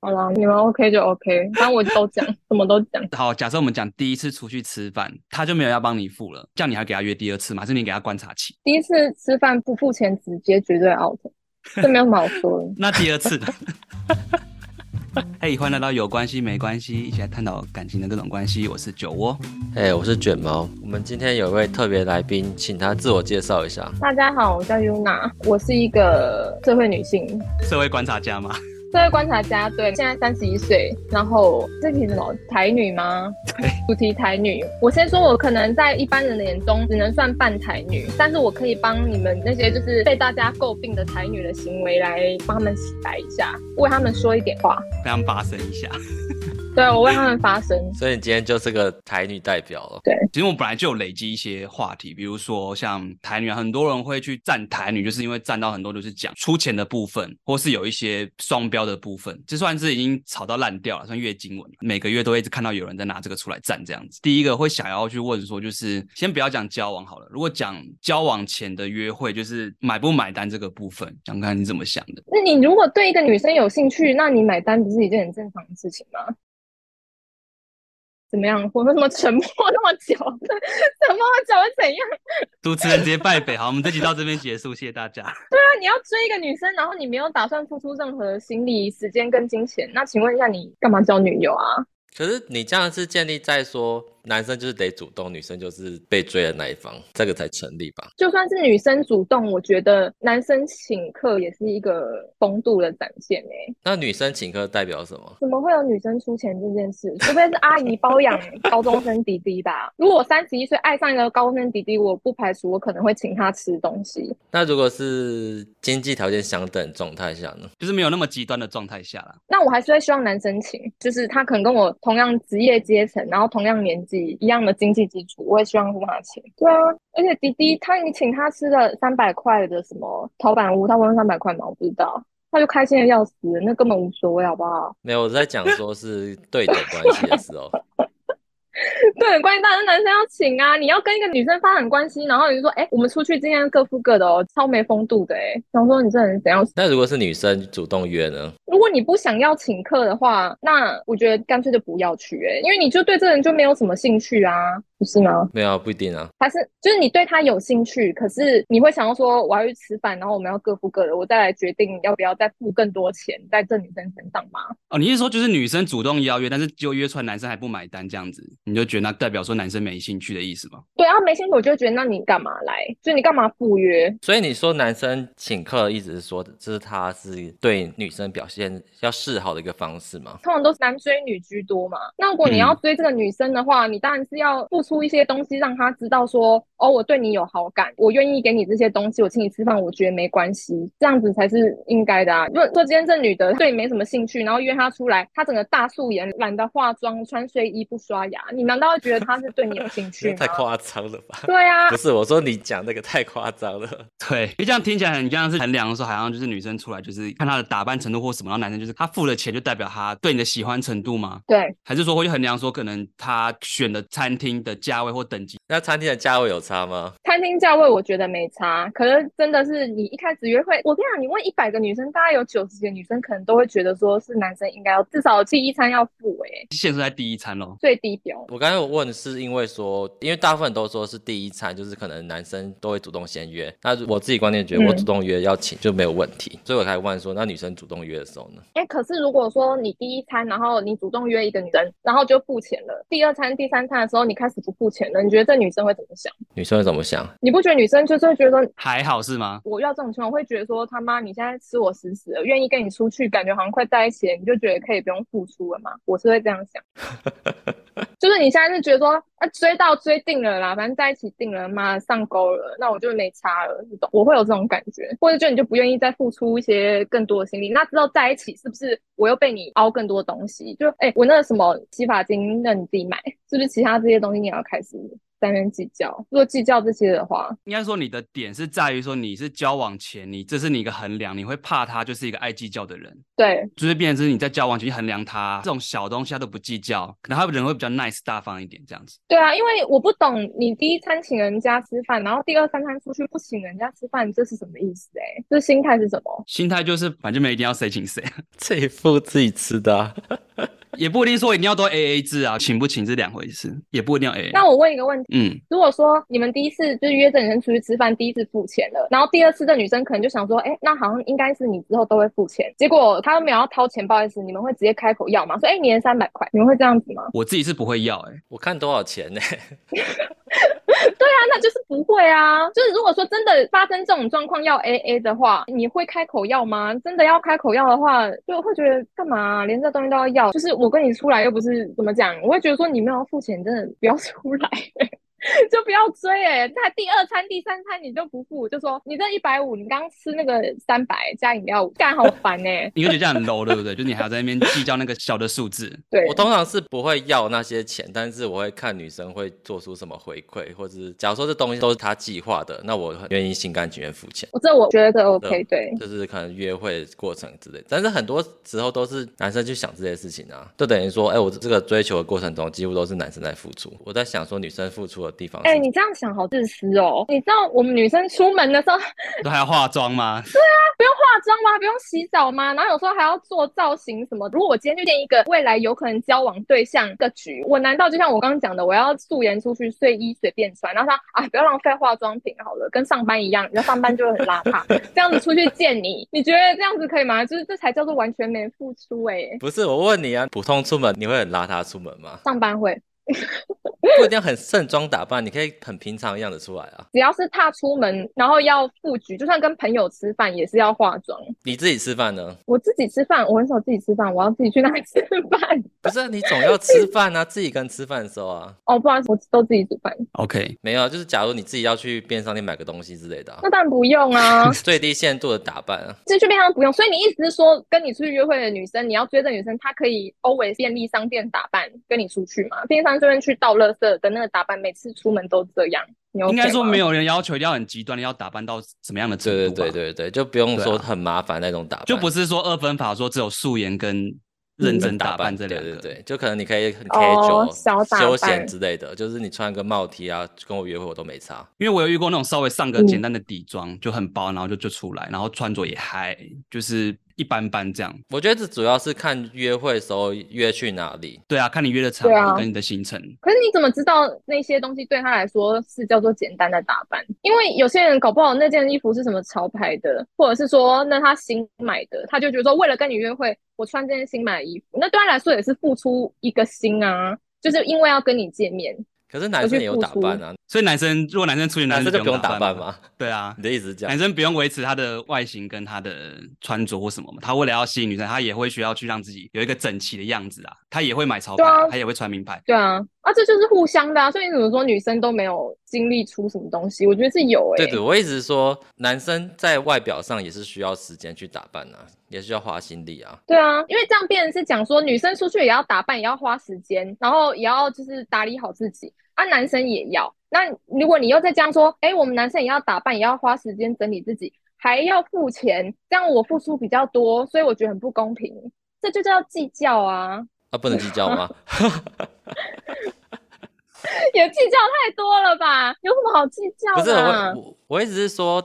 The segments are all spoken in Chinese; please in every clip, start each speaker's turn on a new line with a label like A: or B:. A: 好啦，你们 OK 就 OK，反正我都讲，什么都讲。
B: 好，假设我们讲第一次出去吃饭，他就没有要帮你付了，这样你还给他约第二次吗？还是你给他观察期？。
A: 第一次吃饭不付钱，直接绝对 out，这没有什么好说的
B: 那第二次呢？ 嘿，欢迎来到有关系没关系，一起来探讨感情的各种关系。我是酒窝，
C: 哎、我是卷毛。我们今天有一位特别来宾，请他自我介绍一下。
A: 大家好，我叫 Yuna，我是一个社会女性，
B: 社会观察家 嘛。
A: 社会观察家，对，现在三十一岁，然后这题什么台女吗？
B: 对，
A: 主题台女。我先说，我可能在一般人的眼中只能算半台女，但是我可以帮你们那些就是被大家诟病的台女的行为来帮他们洗白一下，为他们说一点话。
B: 让他们发声一下。
A: 对我为他们发声。
C: 所以你今天就是个台女代表了。
B: 其实我本来就有累积一些话题，比如说像台女啊，很多人会去站台女，就是因为站到很多就是讲出钱的部分，或是有一些双标的部分，这算是已经吵到烂掉了，算月经文了。每个月都会一直看到有人在拿这个出来站这样子。第一个会想要去问说，就是先不要讲交往好了，如果讲交往前的约会，就是买不买单这个部分，想看你怎么想的。
A: 那你如果对一个女生有兴趣，那你买单不是一件很正常的事情吗？怎么样？我们怎么沉默那么久？ 沉默久会怎样？
B: 主持人直接败北，好，我们这集到这边结束，谢谢大家。
A: 那你要追一个女生，然后你没有打算付出任何心力、时间跟金钱，那请问一下，你干嘛交女友啊？
C: 可是你这样是建立在说男生就是得主动，女生就是被追的那一方，这个才成立吧？
A: 就算是女生主动，我觉得男生请客也是一个风度的展现欸诶、
C: 那女生请客代表什么？
A: 怎么会有女生出钱这件事？除非是阿姨包养高中生弟弟吧。如果我三十一岁爱上一个高中生弟弟，我不排除我可能会请他吃东西。
C: 那如果是经济条件相等状态下呢？
B: 就是没有那么极端的状态下啦。
A: 那我还是会希望男生请，就是他可能跟我同样职业阶层，然后同样年纪、一样的经济基础，我也希望是他请。对啊，而且弟弟他你请他吃了三百块的什么陶板屋，他会三百块吗？我不知道，他就开心的要死，那根本无所谓，好不好？
C: 没有，我在讲说是对等关系的时候。
A: 对，关系当然是男生要请啊！你要跟一个女生发展关系，然后你就说，哎、我们出去今天各付各的哦，超没风度的哎、想说你这人怎样？
C: 那如果是女生主动约呢？
A: 如果你不想要请客的话，那我觉得干脆就不要去哎、因为你就对这人就没有什么兴趣啊，不是吗？
C: 没有啊，不一定啊。
A: 还是就是你对他有兴趣，可是你会想要说，我要去吃饭，然后我们要各付各的，我再来决定要不要再付更多钱在这女生身上吗？
B: 哦，你是说就是女生主动邀约，但是就约出来男生还不买单这样子，你就觉得那代表说男生没兴趣的意思吗？
A: 对啊，没兴趣我就觉得，那你干嘛来？就你干嘛赴约？
C: 所以你说男生请客，意思是说，就是他是对女生表现要示好的一个方式吗？
A: 通常都是男追女居多嘛。那如果你要追这个女生的话，你当然是要付出一些东西，让她知道说，哦，我对你有好感，我愿意给你这些东西，我请你吃饭，我觉得没关系，这样子才是应该的啊。如果说今天这女的对你没什么兴趣，然后约她出来，她整个大素颜，懒得化妆，穿睡衣不刷牙，你难道会觉得她是啊对你有兴
C: 这
A: 趣
C: 太
A: 吗？
C: 夸张了吧？
A: 对啊
C: 不，是，我说你讲那个太夸张了。
B: 对，因为这样听起来很像是衡量的时候，好像就是女生出来就是看她的打扮程度或什么，然后男生就是他付了钱就代表他对你的喜欢程度吗？
A: 对，
B: 还是说会去衡量说可能他选的餐厅的价位或等级？
C: 那餐厅的价位有差吗？
A: 餐厅价位我觉得没差，可是真的是你一开始约会，我跟你讲，你问一百个女生，大概有九十个女生可能都会觉得说是男生应该要至少第一餐要付诶、
B: 现实在第一餐咯。
A: 最低标。
C: 我刚才有问是因为说，因为大部分都说是第一餐，就是可能男生都会主动先约。那我自己观点觉得，
A: 嗯
C: 我主动约要请就没有问题，所以我才问说，那女生主动约的时候呢？
A: 哎、可是如果说你第一餐，然后你主动约一个女生，然后就付钱了，第二餐、第三餐的时候你开始不付钱了，你觉得这女生会怎么想？
C: 女生会怎么想？
A: 你不觉得女生就是会觉得说
B: 还好是吗？
A: 我遇到这种情况，我会觉得说他妈你现在吃我死死的，愿意跟你出去，感觉好像快在一起了，你就觉得可以不用付出了嘛？我是会这样想，就是你现在是觉得说啊追到追定了啦，反正在一起定了，妈上钩了，那我就没差了，你懂？我会有这种感觉，或者就你就不愿意再付出一些更多的心力，那知道在一起是不是我又被你凹更多东西？就哎、我那个什么洗发精，那你自己买，是不是其他这些东西你也要开始？在那边计较。如果计较这些的话，
B: 应该说你的点是在于说你是交往前，你这是你一个衡量，你会怕他就是一个爱计较的人，
A: 对
B: 就是变成是你在交往前去衡量他这种小东西他都不计较，可能他人会比较 nice 大方一点这样子。
A: 对啊，因为我不懂你第一餐请人家吃饭，然后第二三餐出去不请人家吃饭，这是什么意思、欸？哎，这心态是什么？
B: 心态就是反正没一定要谁请谁，
C: 自己付自己吃的、啊，
B: 也不一定说一定要都 A A 制啊，请不请是两回事，也不一定要 A A。
A: 那我问一个问题。
B: 嗯，
A: 如果说你们第一次就是约这女生出去吃饭，第一次付钱了，然后第二次这女生可能就想说，哎，那好像应该是你之后都会付钱，结果她没有要掏钱，不好意思，你们会直接开口要吗？说，哎，你连三百块，你们会这样子吗？
B: 我自己是不会要哎、
C: 我看多少钱呢、
A: 对啊，那就是不会啊。就是如果说真的发生这种状况要 A A 的话，你会开口要吗？真的要开口要的话，就会觉得干嘛啊、连这东西都要要？就是我跟你出来又不是怎么讲，我会觉得说你没有付钱，真的不要出来。 就不要追哎、欸，那第二餐、第三餐你就不付，就说你这一百五，你刚吃那个三百加饮料，干好烦哎、
B: 你会觉得这样很 low 对不对？就你还要在那边计较那个小的数字，
A: 对，
C: 我通常是不会要那些钱，但是我会看女生会做出什么回馈，或者是假如说这东西都是她计划的，那我很愿意心甘情愿付钱。
A: 我这我觉得 OK，对，
C: 就是可能约会过程之类的，但是很多时候都是男生去想这些事情啊，就等于说，哎、我这个追求的过程中，几乎都是男生在付出。我在想说，女生付出的地方是，
A: 哎、你这样想好自私哦！你知道我们女生出门的时候
B: 都还要化妆吗？
A: 不用化妆吗？不用洗澡吗？然后有时候还要做造型什么。如果我今天就见一个未来有可能交往对象的局，我难道就像我刚刚讲的，我要素颜出去，睡衣随便穿，然后说啊，不要浪费化妆品好了，跟上班一样，你要上班就会很邋遢，这样子出去见你，你觉得这样子可以吗？就是这才叫做完全没付出哎、？
C: 不是我问你啊，普通出门你会很邋遢出门吗
A: 上班会。
C: 不一定要很盛装打扮，你可以很平常的样子出来啊。
A: 只要是踏出门，然后要布局，就算跟朋友吃饭也是要化妆。
C: 你自己吃饭呢？
A: 我自己吃饭，我很少自己吃饭，我要自己去那里吃饭。
C: 不是啊、你总要吃饭啊，自己一个人吃饭的时候啊，
A: 哦，不好意思，我都自己煮饭，
B: OK，
C: 没有啊，就是假如你自己要去便利商店买个东西之类的、啊，
A: 那当然不用啊。
C: 最低限度的打扮啊。
A: 这去便利商店不用，所以你意思是说，跟你出去约会的女生，你要追的女生，她可以 always 便利商店打扮跟你出去嘛？便利商店去倒垃圾的那个打扮，每次出门都这样，你 OK
B: 应该说
A: 吗
B: 没有人要求一定要很极端的要打扮到什么样的程
C: 对对
B: 度吧
C: 对对对，就不用
B: 对啊
C: 说很麻烦那种打扮，
B: 就不是说二分法说只有素颜跟认真打扮这两个。
C: 嗯对对对，就可能你可以很
A: 哦
C: casual、
A: 小打扮
C: 休闲之类的，就是你穿个帽 T 啊，跟我约会我都没差。
B: 因为我有遇过那种稍微上个
A: 嗯
B: 简单的底妆、就很薄，然后就就出来，然后穿着也还就是一般般这样。
C: 我觉得这主要是看约会的时候约去哪里，
B: 对啊，看你约的场
A: 对啊
B: 合跟你的行程。
A: 可是你怎么知道那些东西对他来说是叫做简单的打扮？因为有些人搞不好那件衣服是什么潮牌的，或者是说那他新买的，他就觉得说为了跟你约会，我穿这件新买的衣服，那对他来说也是付出一个心啊，就是因为要跟你见面。
C: 可是男生也有打扮啊，
B: 所以男生如果男生出去，
C: 男
B: 生
C: 生就
B: 不
C: 不用打扮
B: 嘛？
C: 嘛。
B: 对啊
C: 你，的意思是这
B: 男
C: 样？
B: 生不用维持他的外形跟他的穿着或什么嘛。他为了要吸引女生，他也会需要去让自己有一个整齐的样子啊。他也会买潮牌啊、
A: 对啊
B: 他也会穿名牌。
A: 对啊，啊，这就是互相的啊，所以你怎么说女生都没有经历出什么东西？我觉得是有欸诶、
C: 对对，我一直说男生在外表上也是需要时间去打扮啊，也需要花心力啊。
A: 对啊，因为这样变成是讲说女生出去也要打扮，也要花时间，然后也要就是打理好自己啊，男生也要。那如果你又再这样说，哎，我们男生也要打扮，也要花时间整理自己，还要付钱，这样我付出比较多，所以我觉得很不公平。这就叫计较啊，
C: 啊，不能计较吗？
A: 也计较太多了吧？有什么好计较
C: 不是
A: 的啊、
C: 我我我一直是说，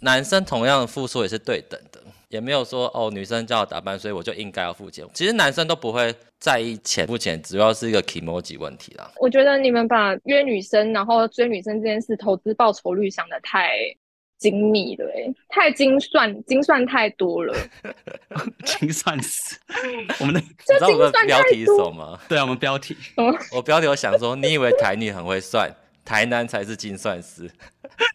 C: 男生同样的付出也是对等的，也没有说哦女生叫我打扮，所以我就应该要付钱。其实男生都不会在意钱不钱，主要是一个 emoji 问题啦。
A: 我觉得你们把约女生然后追女生这件事投资报酬率想的太精密了、欸，太精算，精算太多 了，
B: 精算师， 我们的
A: 这
C: 你知道
A: 精
C: 我的
A: 算
C: 标
A: 太
C: 题是什
A: 多。
C: 么吗？
B: 对啊，我们标题。
C: 我标题有想说，你以为台女很会算，台南才是精算师。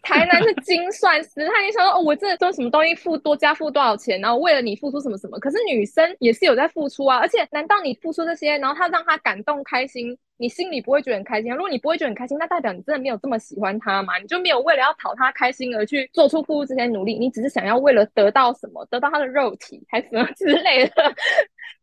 A: 台南是精算师，他也想说哦，我这都什么东西付多加付多少钱，然后为了你付出什么什么。可是女生也是有在付出啊，而且难道你付出这些，然后他让他感动开心，你心里不会觉得很开心啊？如果你不会觉得很开心，那代表你真的没有这么喜欢他嘛？你就没有为了要讨他开心而去做出付出这些努力，你只是想要为了得到什么，得到他的肉体还是什么之类的，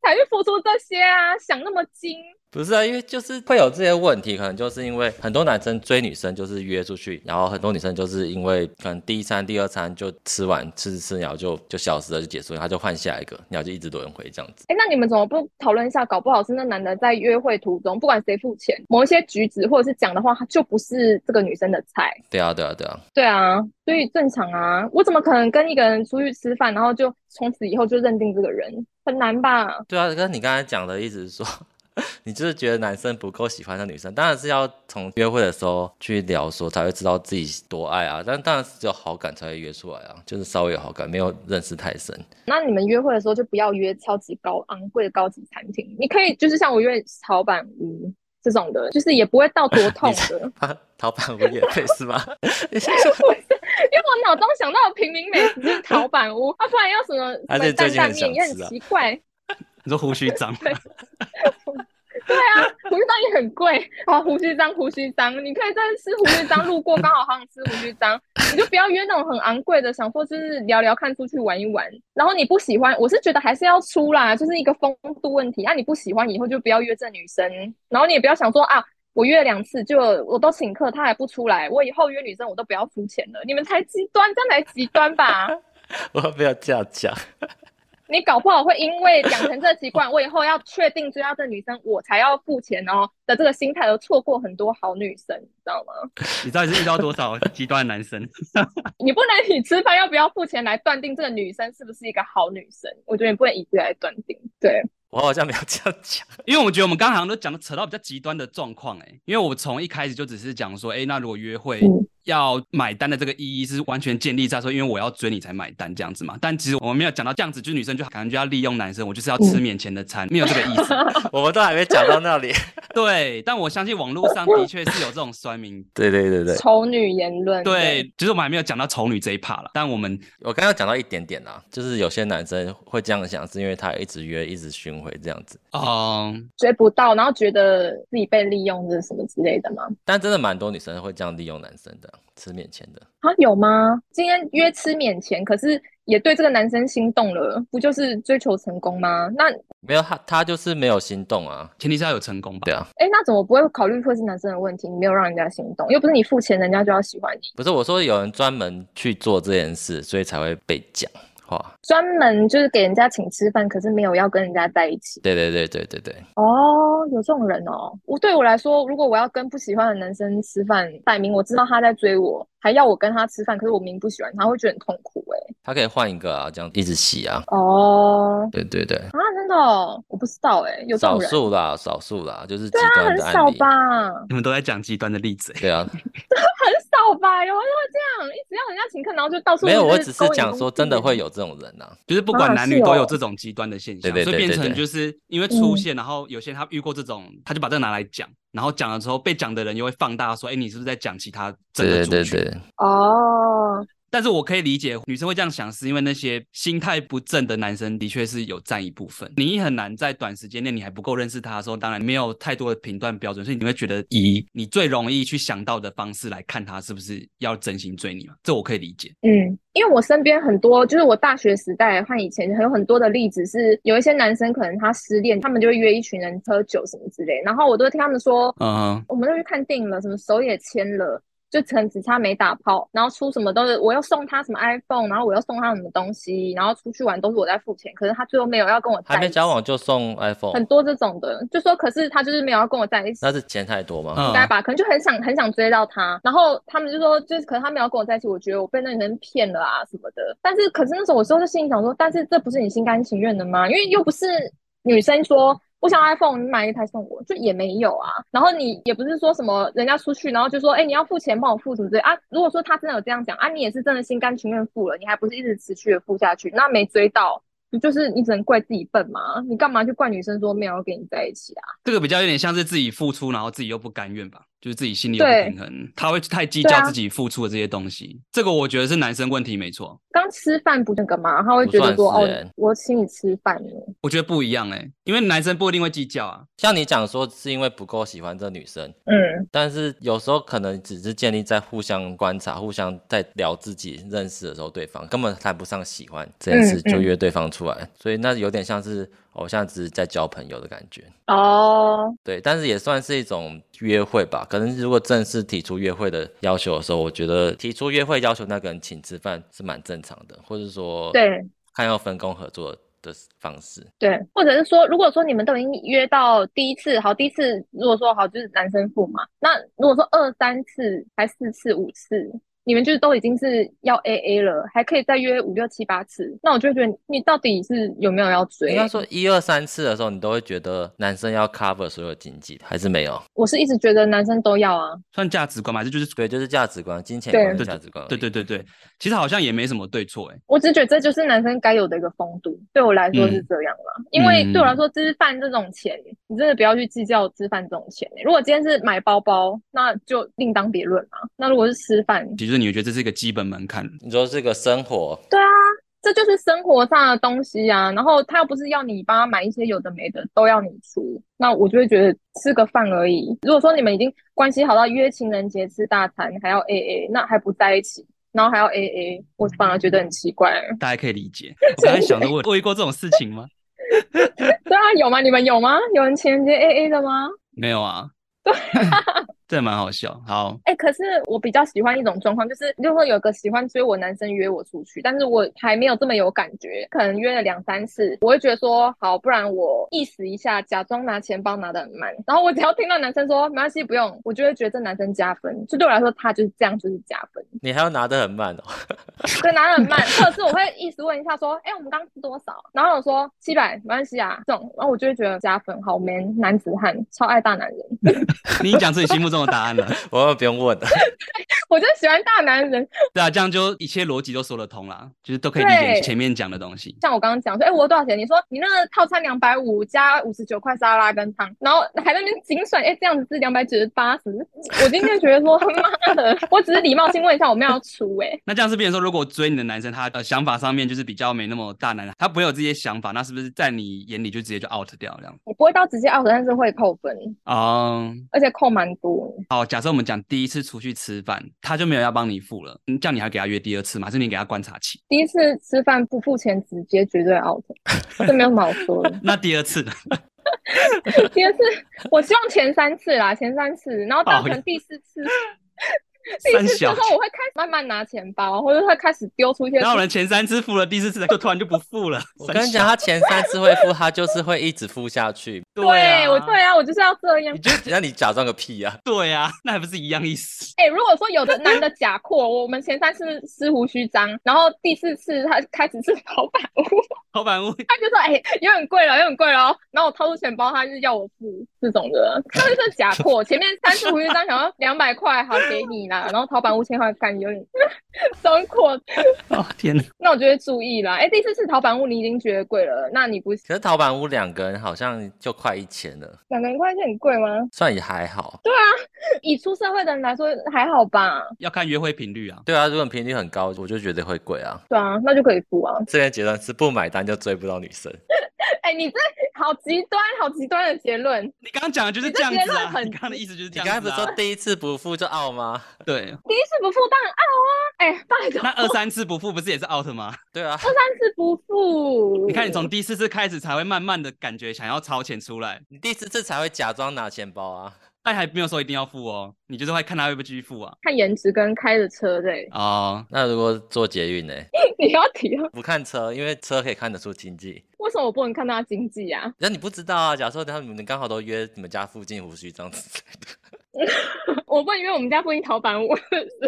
A: 才去付出这些啊？想那么精，
C: 不是啊，因为就是会有这些问题，可能就是因为很多男生追女生就是约出去，然后很多女生就是因为可能第一餐、第二餐就吃完吃吃吃，然后就就消失了，就结束了，然后就换下一个，然后就一直轮回这样子。
A: 哎，那你们怎么不讨论一下？搞不好是那男的在约会途中，不管谁付钱，某一些举止或者是讲的话，他就不是这个女生的菜。
C: 对啊，对啊，对啊，
A: 对啊，所以正常啊。我怎么可能跟一个人出去吃饭，然后就从此以后就认定这个人？很难吧？
C: 对啊。跟你刚才讲的意思是说， 你就是觉得男生不够喜欢那女生，当然是要从约会的时候去聊说，才会知道自己多爱啊。但当然是只有好感才会约出来啊，就是稍微有好感，没有认识太深。
A: 那你们约会的时候就不要约超级高昂贵的高级餐厅，你可以就是像我约陶板屋这种的，就是也不会到多痛 的。
C: 啊，老板我也配是吗？
A: 因为我脑中想到的平民美食就是陶板屋，啊，不然要什么
C: 而且
A: 什么担
C: 最近很
A: 担面也
C: 想
A: 很
C: 吃啊
A: 奇怪。
B: 你说胡须长，
A: 对啊，胡须章也很贵。好，胡须章，胡须章，你可以在吃胡须章路过，刚好好想吃胡须章，你就不要约那种很昂贵的，想说就是聊聊看，出去玩一玩。然后你不喜欢，我是觉得还是要出啦，就是一个风度问题。啊，你不喜欢以后就不要约这女生，然后你也不要想说啊。我约了两次，就我都请客，她还不出来。我以后约女生，我都不要出钱了。你们才极端，这样才极端吧？
C: 我不要这样讲。
A: 你搞不好会因为养成这习惯，我以后要确定追到这女生，我才要付钱哦的这个心态，而错过很多好女生，你知道吗？
B: 你到底是遇到多少极端的男生？
A: 你不能以吃饭要不要付钱来断定这个女生是不是一个好女生，我觉得你不能以这个来断定。对，
C: 我好像没有这样讲。
B: 因为我觉得我们刚刚好像都讲的扯到比较极端的状况，哎，因为我从一开始就只是讲说，哎、那如果约会
A: 嗯
B: 要买单的这个意义是完全建立在说，因为我要追你才买单这样子嘛。但其实我们没有讲到这样子，就是女生就感觉就要利用男生，我就是要吃免钱的餐，没有这个意思。
C: 我们都还没讲到那里。
B: 对，但我相信网络上的确是有这种酸民。
C: 对对对对，
A: 丑女言论，
B: 对，其实我们还没有讲到丑女这一趴了，但我们
C: 我刚刚讲到一点点啦，就是有些男生会这样想，是因为他一直约，一直巡回这样子。
B: 嗯、
A: 追不到，然后觉得自己被利用的什么之类的吗？
C: 但真的蛮多女生会这样利用男生的，吃面前的。
A: 啊，有吗？今天约吃免钱，可是也对这个男生心动了，不就是追求成功吗？那
C: 没有他，他就是没有心动啊。
B: 前提是要有成功吧
C: 对。啊，
A: 哎，那怎么不会考虑会是男生的问题？你没有让人家心动，又不是你付钱，人家就要喜欢你。
C: 不是我说有人专门去做这件事，所以才会被讲话。
A: 专门就是给人家请吃饭，可是没有要跟人家在一起。
C: 对对对对对对，
A: 哦，有这种人哦。我对我来说，如果我要跟不喜欢的男生吃饭，摆明我知道他在追我，还要我跟他吃饭，可是我明不喜欢他，会觉得很痛苦哎。
C: 他可以换一个啊，这样一直洗啊。
A: 哦，
C: 对对对，
A: 啊，真的哦，我不知道哎，有这
C: 少
A: 种人，
C: 数啦，少数啦，就是极
A: 那
C: 端
A: 很
C: 的案
A: 少
C: 例。
A: 吧？
B: 你们都在讲极端的例子、欸
C: 对啊，
A: 很少吧？有人会这样，一直要人家请客，然后就到处
C: 没有，
A: 就
C: 我只是
A: 勾引
C: 讲
A: 攻
C: 说
A: 击欸
C: 真的
A: 人
C: 会有这种人啊。
B: 就是不管
A: 啊
B: 男
A: 是
B: 女都
A: 哦
B: 有这种极端的现象，
C: 对对
B: 所以
C: 对
B: 变
C: 对
B: 成
C: 对
B: 就是因为出现，然后有些人他遇过这种，他就把这个拿来讲，然后讲了之后被讲的人又会放大说，哎，你是不是在讲其他整个
C: 对
B: 族
C: 对
B: 群？
C: 对对，
A: 哦。
B: 但是我可以理解女生会这样想，是因为那些心态不正的男生的确是有占一部分。你很难在短时间内你还不够认识他的时候，当然没有太多的评断标准，所以你会觉得以你最容易去想到的方式来看他是不是要真心追你嘛？这我可以理解。
A: 嗯，因为我身边很多，就是我大学时代和以前还有很多的例子是，有一些男生可能他失恋，他们就会约一群人喝酒什么之类，然后我都会听他们说，
B: 嗯哼，
A: 我们都去看电影了，什么手也牵了，就可能只差没打炮，然后出什么都是我要送他什么 iPhone，然后我要送他什么东西，然后出去玩都是我在付钱，可是他最后没有要跟我
C: 还
A: 在
C: 没
A: 一
C: 交
A: 起，
C: 往就送
A: 很
C: iPhone，
A: 多这种的，就说可是他就是没有要跟我在一起。
C: 那是钱太多吗？
B: 嗯
A: 应该吧，可能就很想很想追到他，然后他们就说，就是可能他没有跟我在一起，我觉得我被那女生骗了啊什么的。但是可是那时候我时候就心里想说，但是这不是你心甘情愿的吗？因为又不是女生说我想要 iPhone，你买一台送我，就也没有啊。然后你也不是说什么人家出去，然后就说，哎、你要付钱帮我付什么之类啊。如果说他真的有这样讲啊，你也是真的心甘情愿付了，你还不是一直持续的付下去，那没追到。就是你只能怪自己笨嘛，你干嘛去怪女生说没有要跟你在一起啊？
B: 这个比较有点像是自己付出，然后自己又不甘愿吧，就是自己心里有不
A: 对
B: 平衡，他会太计
A: 对
B: 较
A: 啊
B: 自己付出的这些东西。这个我觉得是男生问题，没错，
A: 刚吃饭不那个嘛，他会觉得说
C: 不
A: 哦
C: 算是欸，
A: 我请你吃饭呢。
B: 我觉得不一样哎、因为男生不一定会计较啊。
C: 像你讲说是因为不够喜欢这女生，
A: 嗯，
C: 但是有时候可能只是建立在互相观察、互相在聊自己认识的时候，对方根本谈不上喜欢这件事，
A: 嗯嗯
C: 就约对方出来，所以那有点像是哦我现在只是在交朋友的感觉。
A: 哦，
C: 对，但是也算是一种约会吧。可能如果正式提出约会的要求的时候，我觉得提出约会要求那个人请吃饭是蛮正常的，或者说
A: 对
C: 看要分工合作的方式。
A: 对，或者是说，如果说你们都已经约到第一次，好，第一次如果说好就是男生付嘛，那如果说二三次还四次五次，你们就是都已经是要 A A 了，还可以再约五六七八次，那我就会觉得你到底是有没有要
C: 应
A: 追？
C: 该说一二三次的时候，你都会觉得男生要 cover 所有经济，还是没有？
A: 我是一直觉得男生都要啊，
B: 算价值观嘛，这就是
C: 对，就是价值观、金钱观、
A: 对
C: 价值观。
B: 对对对对，其实好像也没什么对错哎、
A: 我只觉得这就是男生该有的一个风度，对我来说是这样啦。因为对我来说，吃饭这种钱，你真的不要去计较吃饭这种钱、欸如果今天是买包包，那就另当别论嘛。那如果是吃饭，
B: 其实你会觉得这是一个基本门槛，
C: 你说这个 生活，
A: 对啊，这就是生活上的东西啊。然后他又不是要你帮他买一些有的没的，都要你出，那我就会觉得吃个饭而已。如果说你们已经关系好到约情人节吃大餐还要 A A，那还不在一起，然后还要 A A，我反而觉得很奇怪。
B: 大家可以理解。我刚才想着，我有遇过这种事情吗？
A: 对啊，有吗？你们有吗？有人情人节 A A 的吗？
B: 没 有啊， 这蛮好笑。好，
A: 哎、可是我比较喜欢一种状况，就是如果有个喜欢追我男生约我出去，但是我还没有这么有感觉，可能约了两三次，我会觉得说好，不然我意思一下，假装拿钱包拿得很慢，然后我只要听到男生说没关系，不用，我就会觉得这男生加分，就对我来说他就是这样就是加分，
C: 你还要拿得很慢哦。
A: 对，拿得很慢，或者是我会意思问一下说，哎、我们刚吃多少？然后我说七百，没关系啊，这种，然后我就会觉得加分，好 man，男子汉，超爱大男人。
B: 你已经讲出你心目中的答案了。
C: 我们不用问了，
A: 我就喜欢大男人，
B: 对啊，这样就一切逻辑都说得通啦，就是都可以理解
A: 对
B: 前面讲的东西。
A: 像我刚刚讲说，哎、我多少钱？你说你那个套餐两百五加五十九块沙拉跟汤，然后还在那边精算，哎、这样子是两百九十八十。我今天觉得说， 妈的，我只是礼貌性问一下，我没有要出哎、
B: 那这样是变成说，如果追你的男生，他呃想法上面就是比较没那么大男人，他不会有这些想法，那是不是在你眼里就直接就 out 掉这样？
A: 我不会到直接 out，但是会扣分，
B: 哦、
A: 而且扣蛮多。
B: 好，假设我们讲第一次出去吃饭，他就没有要帮你付了，嗯这样你还给他约第二次吗？还是你给他观察 期？
A: 第一次吃饭不付钱，直接绝对 out，这没有什么好说的。
B: 那第二 次呢？
A: 第二次，我希望前三次啦，前三次，然后到可能第四 次。 第
B: 哦三
A: 四次之
B: 小
A: 后，我会开始慢慢拿钱包，或者会开始丢出一些
B: 然后人前三次付了，第四次就突然就不付了。啊
C: 我跟你讲，他前三次会付，他就是会一直付下去。
B: 对
A: 对，
B: 啊
A: 我对啊，我就是要这样
C: 你。就让你假装个屁呀、
B: 对啊，那还不是一样意思？
A: 哎、如果说有的男的假阔，我们前三次似乎虚张，然后第四次他开始是老板屋，
B: 老板问，
A: 他就说：“哎、有点贵了，有点贵了哦。”然后我掏出钱包，他就要我付这种的，这就是假阔。前面三次胡虚张，想要两百块，好给你啦，然后老板屋千块，感觉有点松阔。
B: 哦 天哪，
A: 那我就会注意啦。哎、第四次淘宝屋你已经觉得贵了，那你不
C: 可是淘板屋两个人好像就快一千了，
A: 两个人块钱很贵吗？
C: 算也还好。
A: 以出社会的人来说还好吧？
B: 要看约会频率啊。
C: 对啊，如果频率很高，我就觉得会贵啊。
A: 对啊，那就可以付啊。
C: 这边结论是不买单就追不到女生。
A: 哎、你这好极端，好极端的结论。
B: 你刚刚讲的就是
A: 你
B: 这
A: 这
B: 样子
A: 结论
B: 啊，
A: 很
B: 你刚刚的意思就是这
C: 你刚才
B: 样
C: 不
B: 子
C: 是
B: 啊
C: 说。第一次不付就傲吗？
B: 对，
A: 第一次不付当然傲啊！哎、拜托，
B: 那二三次不付不是也是 out 吗？
C: 对啊，
A: 三次不付。
B: 你看你从第四次开始才会慢慢的感觉想要超前出来，
C: 你第四次才会假装拿钱包啊。
B: 但还没有说一定要付哦，你就是会看他会不会继续付啊。
A: 看颜值跟开的车对，
B: 哦，
C: 那如果坐捷运呢？
A: 你要提啊？
C: 不看车，因为车可以看得出经济。
A: 为什么我不能看到他经济啊？
C: 那你不知道啊，假设他们刚好都约你们家附近胡须这样子，
A: 我不能因为我们家附近淘板屋。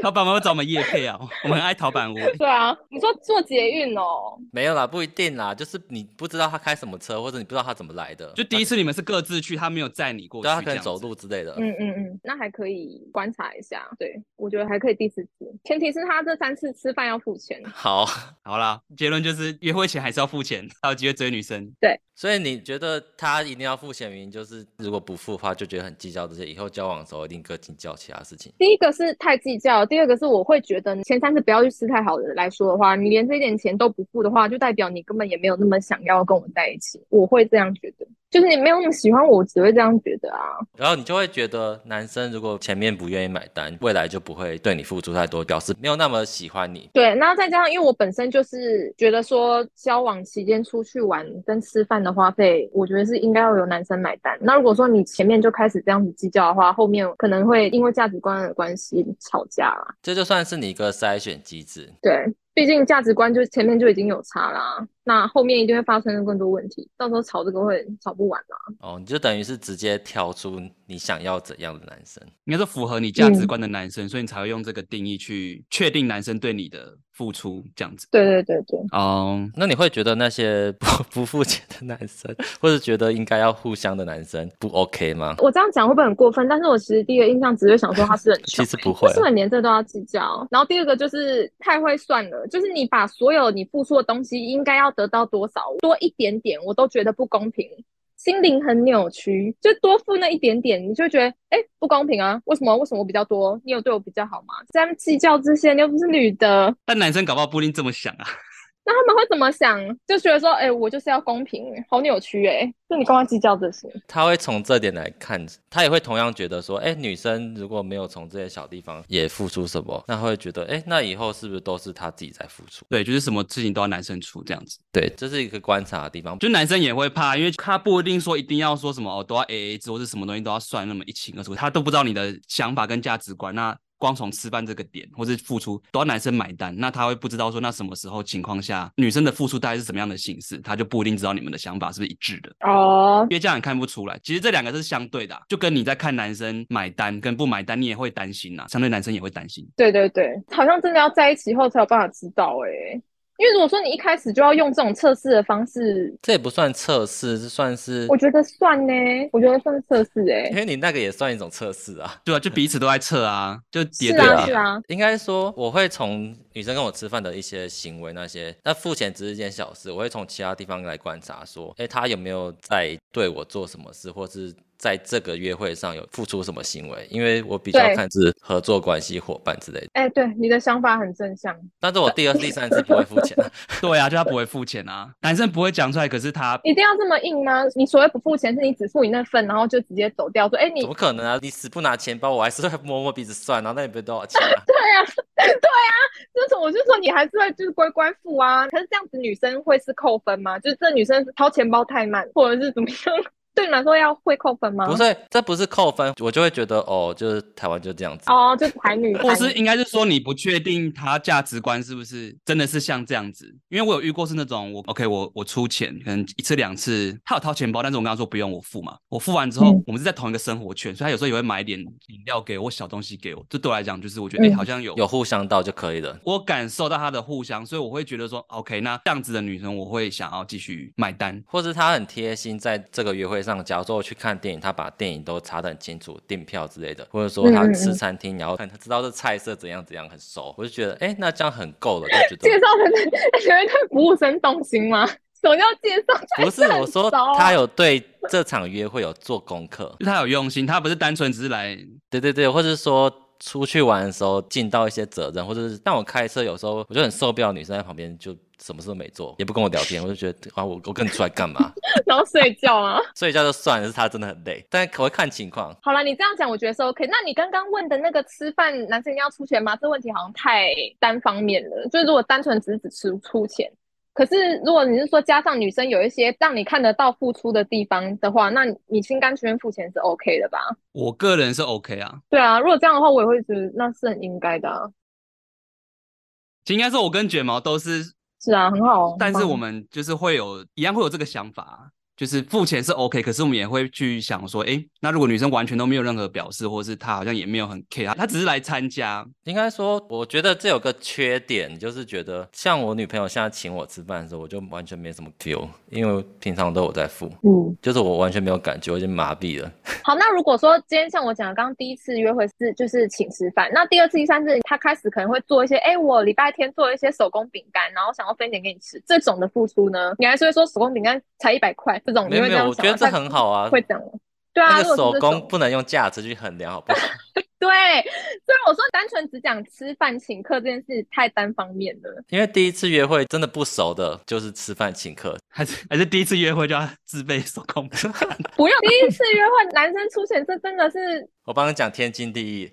B: 老板们会找我们夜配啊，我们很爱淘板屋欸。
A: 对啊，你说做捷运哦，
C: 没有啦，不一定啦，就是你不知道他开什么车，或者你不知道他怎么来的，
B: 就第一次你们是各自去，他没有载你过去，
C: 对啊他可
B: 这
C: 能
B: 样子
C: 走。路之类的。
A: 嗯嗯嗯，那还可以观察一下。对，我觉得还可以第四次，前提是他这三次吃饭要付钱。
C: 好，
B: 好啦，结论就是约会前还是要付钱，才有机会追女生。
C: 所以你觉得他一定要付钱，原因就是如果不付的话，就觉得很计较这些，以后交往的时候一定更计较其他事情。
A: 第一个是太计较，第二个是我会觉得前三次不要去吃太好的来说的话，你连这一点钱都不付的话，就代表你根本也没有那么想要跟我在一起。我会这样觉得。就是你没有那么喜欢我，只会这样觉得啊。
C: 然后你就会觉得男生如果前面不愿意买单，未来就不会对你付出太多，表示没有那么喜欢你。
A: 对，然后再加上，因为我本身就是觉得说，交往期间出去玩跟吃饭的花费，我觉得是应该要由男生买单。那如果说你前面就开始这样子计较的话，后面可能会因为价值观的关系吵架啦。
C: 这就算是你一个筛选机制。
A: 对，毕竟价值观就前面就已经有差啦，那后面一定会发生更多问题，到时候吵这个会吵不完啦。
C: 哦，你就等于是直接挑出你想要怎样的男生。
B: 应该是符
C: 嗯
B: 合你价值观的男生，所以你才会用这个定义去确定男生对你的付出这样子。
A: 对对对对，
B: 哦、
C: 那你会觉得那些不 不付钱的男生，或者觉得应该要互相的男生不 OK 吗？
A: 我这样讲会不会很过分？但是我其实第一个印象只会想说他是很
C: 其
A: 穷。
C: 实不会
A: 为，什么连这都要计较？然后第二个就是太会算了，就是你把所有你付出的东西应该要得到多少，多一点点我都觉得不公平，心灵很扭曲。就多付那一点点，你就觉得哎、诶不公平啊，为什么为什么我比较多，你有对我比较好吗？在他们计较这些，你又不是女的，
B: 但男生搞不好不一定这么想啊。
A: 那他们会怎么想？就觉得说哎、诶我就是要公平，好扭曲哎、就你干嘛计较这些？
C: 他会从这点来看，他也会同样觉得说，哎，女生如果没有从这些小地方也付出什么，那会觉得，哎，那以后是不是都是他自己在付出？
B: 对，就是什么事情都要男生出这样子。
C: 对，这是一个观察的地方。就
B: 就男生也会怕，因为他不一定说一定要说什么哦，都要 A A 制或是什么东西都要算那么一清二楚，他都不知道你的想法跟价值观。那光从吃饭这个点或是付出都要男生买单，那他会不知道说那什么时候情况下女生的付出大概是什么样的形式，他就不一定知道你们的想法是不是一致的。
A: 哦、
B: 因为这样也看不出来。其实这两个是相对的啊、就跟你在看男生买单跟不买单，你也会担心呐、啊相对男生也会担心。
A: 对对对，好像真的要在一起后才有办法知道哎、因为如果说你一开始就要用这种测试的方式，
C: 这也不算测试，这算是
A: 我，觉得算呢，我觉得算测试哎、
C: 因为你那个也算一种测试啊。
B: 对啊，就彼此都在测啊，就叠
A: 是
B: 对
A: 啊
B: 叠
A: 是啊，
C: 应该说，我会从女生跟我吃饭的一些行为那些，那付钱只是一件小事，我会从其他地方来观察，说，诶，她有没有在对我做什么事，或是在这个约会上有付出什么行为？因为我比较
A: 对
C: 看是合作关系、伙伴之类的。
A: 哎、对，你的想法很正向，
C: 但是我第二、第三次不会付钱啊，
B: 对啊，就他不会付钱啊，男生不会讲出来，可是他
A: 一定要这么硬吗？你所谓不付钱，是你只付你那份，然后就直接走掉，说哎、你
C: 怎么可能啊？你死不拿钱包，我还是会摸摸鼻子算，然后那也没多少钱 啊。
A: 对啊对啊，就是我就说你还是会就是乖乖付啊，可是这样子女生会是扣分吗？就是这女生掏钱包太慢，或者是怎么样？ 对你来说要会扣分吗？
C: 不是，这不是扣分，我就会觉得哦，就是台湾就这样子。
A: 哦，就台女，
B: 或
A: 台
B: 是
A: 女
B: 应该是说你不确定他价值观是不是真的是像这样子，因为我有遇过是那种我 OK 我我出钱，可能一次两次他有掏钱包，但是我跟他说不用我付嘛，我付完之后、
A: 嗯
B: 我们是在同一个生活圈，所以他有时候也会买一点饮料给我或小东西给我，这对我来讲就是我觉得哎、
A: 嗯
B: 好像有
C: 有互相到就可以了。
B: 我感受到她的互相，所以我会觉得说，OK，那这样子的女生，我会想要继续买单。
C: 或是他很贴心，在这个约会上，假如说我去看电影，他把电影都查得很清楚，订票之类的，或者说他
A: 嗯嗯嗯
C: 吃餐厅，然后看他知道这菜色怎样怎样，很熟，我就觉得，哎、那这样很够了，就觉
A: 介
C: 得。
A: 绍的人 你会对服务生动心吗？什么叫介绍？
C: 不是我说，他
A: 有
C: 有对这场约会有做功课，
B: 就她有用心，她不是单纯只是来，
C: 对对对，或者是说出去玩的时候尽到一些责任，或者是但我开车有时候我就很受不了女生在旁边就什么事都没做，也不跟我聊天，我就觉得啊，我我跟你出来干嘛？
A: 然后睡觉啊。
C: 睡觉就算了，是他真的很累，但可会看情况。
A: 好了，你这样讲我觉得是 OK。那你刚刚问的那个吃饭男生一定要出钱吗？这问题好像太单方面了。就是如果单纯只是只出出钱，可是如果你是说加上女生有一些让你看得到付出的地方的话，那你你心甘情愿付钱是 OK 的吧？
B: 我个人是 OK 啊。
A: 对啊，如果这样的话，我也会觉得那是很应该的、啊。
B: 其实应该说，我跟卷毛都是，
A: 是啊，很好。
B: 但是
A: 很棒
B: 我们就是会有一样会有这个想法啊、就是付钱是 OK，可是我们也会去想说，诶，那如果女生完全都没有任何表示，或是她好像也没有很 care，她只是来参加，
C: 应该说，我觉得这有个缺点，就是觉得像我女朋友现在请我吃饭的时候，我就完全没什么 feel，因为平常都有在付，
A: 嗯，
C: 就是我完全没有感觉，我已经麻痹了。
A: 好，那如果说今天像我讲的，刚刚第一次约会是就是请吃饭，那第二次、第三次他开始可能会做一些，哎，我礼拜天做一些手工饼干，然后想要分一点给你吃，这种的付出呢，你还是会说手工饼干才一百块这种，
C: 没
A: 哦你
C: 有
A: 会
C: 没
A: 这
C: 有，
A: 样
C: 我
A: 想
C: 觉得
A: 吗
C: 这
A: 但
C: 很好啊，
A: 会这样吗？对啊，
C: 那个
A: 如果
C: 手
A: 是这
C: 工
A: 种
C: 不能用价值去衡量，好不好？
A: 对，所以我说单纯只讲吃饭请客这件事太单方面了。
C: 因为第一次约会真的不熟的，就是吃饭请客，
B: 还是还是第一次约会就要自备手工饼干
A: 不用第一次约会，男生出钱，这真的是
C: 我帮你讲天经地义。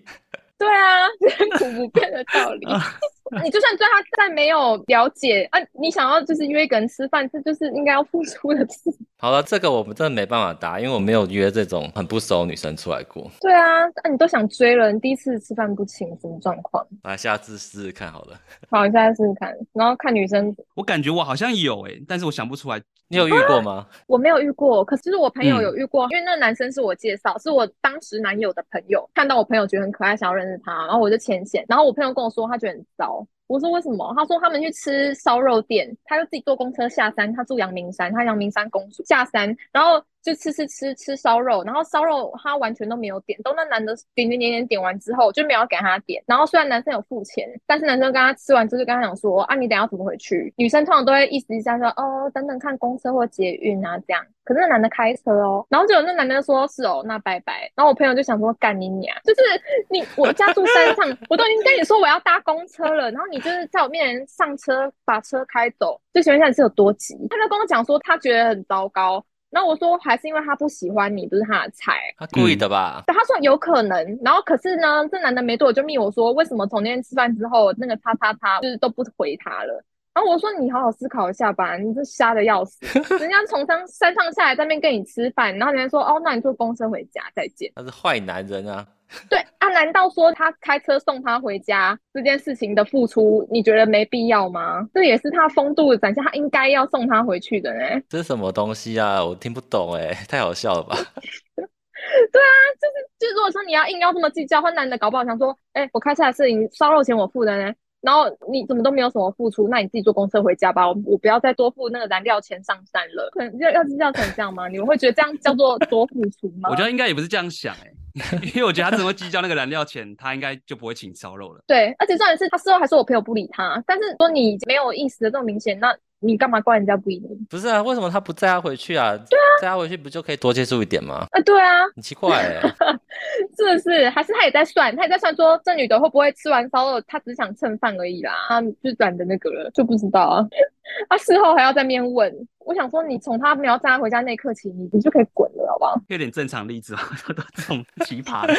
A: 对啊， 亘古不变的道理。 你就算对他再没有了解啊，你想要就是约一个人吃饭，这就是应该要付出的事。
C: 好了，这个我们真的没办法答，因为我没有约这种很不熟的女生出来过。
A: 对啊，啊你都想追了，你第一次吃饭不请，什么状况？
C: 来，下次试试看好了。
A: 好，你下次试试看，然后看女生。
B: 我感觉我好像有诶、但是我想不出来。
C: 你有遇 过吗？
A: 我没有遇过，可是我朋友
B: 嗯
A: 有遇过，因为那个男生是我介绍，是我当时男友的朋友，看到我朋友觉得很可爱，想要认识他，然后我就牵线，然后我朋友跟我说他觉得很糟。我说为什么？他说他们去吃烧肉店，他就自己坐公车下山。他住阳明山，他阳明山公主下山，然后就吃吃吃吃烧肉，然后烧肉他完全都没有点，都那男的点点点点点完之后就没有要给他点。然后虽然男生有付钱，但是男生跟他吃完之后就跟他讲说啊，你等一下要怎么回去？女生通常都会意思一下说哦，等等看公车或捷运啊这样。可是那男的开车哦，然后就有那男的说是哦，那拜拜。然后我朋友就想说干你娘，就是你我家住山上，我都已经跟你说我要搭公车了，然后你就是在我面前上车把车开走，就请问一下你是有多急？他就跟我讲说他觉得很糟糕。那我说还是因为他不喜欢你，不是他的菜。
C: 他故意的吧？
A: 但他说有可能，然后可是呢，这男的没多久就密我说，为什么从那天吃饭之后，那个他他他就是都不回他了。然后我说你好好思考一下吧，你这瞎的要死，人家从山山上下来在那边跟你吃饭，然后人家说哦，那你坐公车回家再见。
C: 他是坏男人啊！
A: 对啊，难道说他开车送他回家这件事情的付出，你觉得没必要吗？这也是他风度的展现，他应该要送他回去的呢。
C: 这是什么东西啊？我听不懂哎、 太好笑了吧？
A: 就是就如果说你要硬要这么计较，或男的搞不好想说，哎、我开车的事情烧肉钱我付的呢，然后你怎么都没有什么付出，那你自己坐公车回家吧，我我不要再多付那个燃料钱上山了。可能要要计较成这样吗？你们会觉得这样叫做多付出吗？
B: 我觉得应该也不是这样想诶、 因为我觉得他只会计较那个燃料钱，他应该就不会请烧肉了。
A: 对，而且重点是他事后还说我朋友不理他，但是说你没有意识的这么明显，那你干嘛怪人家不理你？
C: 不是啊，为什么他不载他回去啊？载他回去不就可以多接触一点吗？
A: 啊，对啊，
C: 很奇怪哎、
A: 是不是？还是他也在算，他也在算说这女的会不会吃完烧肉，她只想蹭饭而已啦，她就懒得那个了，就不知道啊。 他事后还要在那边问，我想说你从他没有站回家那一刻起，你你就可以滚了，好 不好？
B: 有点正常例子吧， 都这种奇葩的，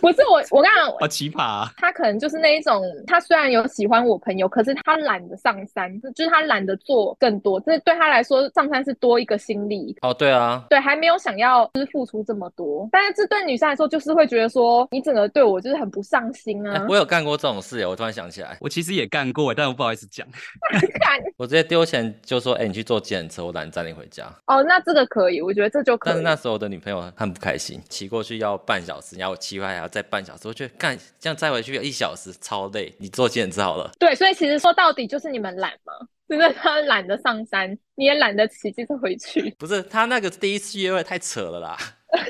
A: 不是我，我跟你讲，
B: 好奇葩、啊。
A: 他可能就是那一种，他虽然有喜欢我朋友，可是他懒得上山，就是他懒得做更多，这对他来说上山是多一个心力，
C: 哦，对啊，
A: 对，还没有想要就是付出这么多，但是这对女生来说就是会觉得说你整个对我就是很不上心
C: 哎、
A: 啊，
C: 我有干过这种事哎、我突然想起来，
B: 我其实也干过，但我不好意思讲。
A: 干
C: 我直接丢钱就说，哎、你去坐计程车，我懒得载你回家。
A: 哦，那这个可以，我觉得这就可以。
C: 但是那时候我的女朋友很不开心，骑过去要半小时，然后我骑回来还要再半小时，我觉得干这样再回去要一小时，超累。你坐计程车好了，
A: 对，所以其实说到底就是你们懒嘛，就是他懒得上山，你也懒得骑机车回去，
C: 不是他那个第一次约会太扯了 啦。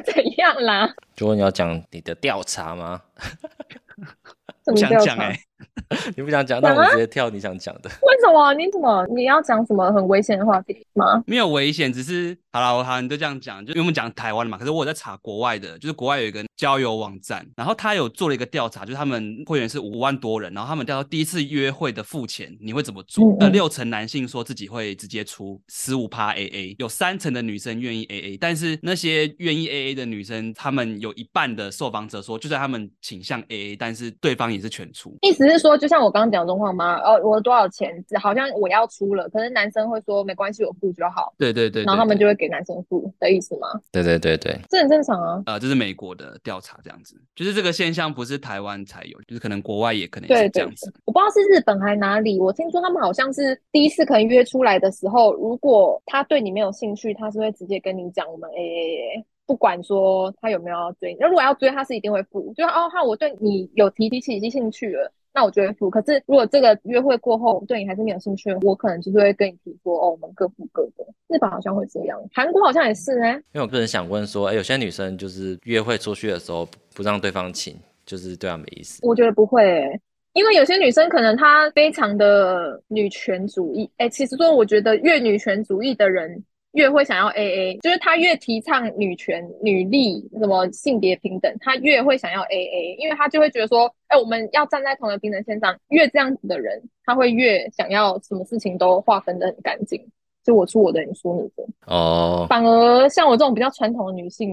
A: 怎样啦？
C: 如果你要讲你的调查吗？
A: 怎
B: 不
A: 么
B: 想
A: 调
B: 讲
A: 查
B: 哎、
C: 你不想讲，那我们直接跳你想讲的。
A: 为什么？你怎么你要讲什么很危险的话题吗？
B: 没有危险，只是好了，我好像就这样讲，就因为我们讲台湾的嘛，可是我有在查国外的，就是国外有一个交友网站，然后他有做了一个调查，就是他们会员是五万多人，然后他们调查第一次约会的付钱你会怎么做
A: 嗯？
B: 呃，
A: 嗯
B: 六成男性说自己会直接出十五趴 AA，有三成的女生愿意 AA，但是那些愿意 AA 的女生，她们有一半的受访者说，就算他们倾向 AA，但是对方也是全出。
A: 意思是说，就像我刚刚讲的状况吗？哦，我多少钱？好像我要出了，可是男生会说没关系，我付就好，
B: 对对对对
A: 然后他们
B: 对
A: 就会给男生付的意思吗？
C: 对对对对，
A: 这很正常啊。
B: 呃，这是美国的调查，这样子，就是这个现象不是台湾才有，就是可能国外也可能也
A: 对
B: 是这
A: 对
B: 样子。
A: 我不知道是日本还是哪里，我听说他们好像是第一次可能约出来的时候，如果他对你没有兴趣，他是会直接跟你讲我们 A A A，不管说他有没有要追你。那如果要追，他是一定会付，就是哦，哈，我对你有提提起兴趣了。那我就会付，可是如果这个约会过后对你还是没有兴趣，我可能就是会跟你提说，哦，我们各付各的。日本好像会这样，韩国好像也是啊呢、
C: 因为我个人想问说，哎、有些女生就是约会出去的时候不不让对方请，就是对她没意思。
A: 我觉得不会、欸，因为有些女生可能她非常的女权主义。哎、其实说我觉得越女权主义的人，越会想要 A A，就是他越提倡女权、女力、什么性别平等，他越会想要 A A，因为他就会觉得说，哎、我们要站在同一个平等线上。越这样子的人，他会越想要什么事情都划分的很干净，就我出我的，你出你的。
C: 哦，
A: 反而像我这种比较传统的女性，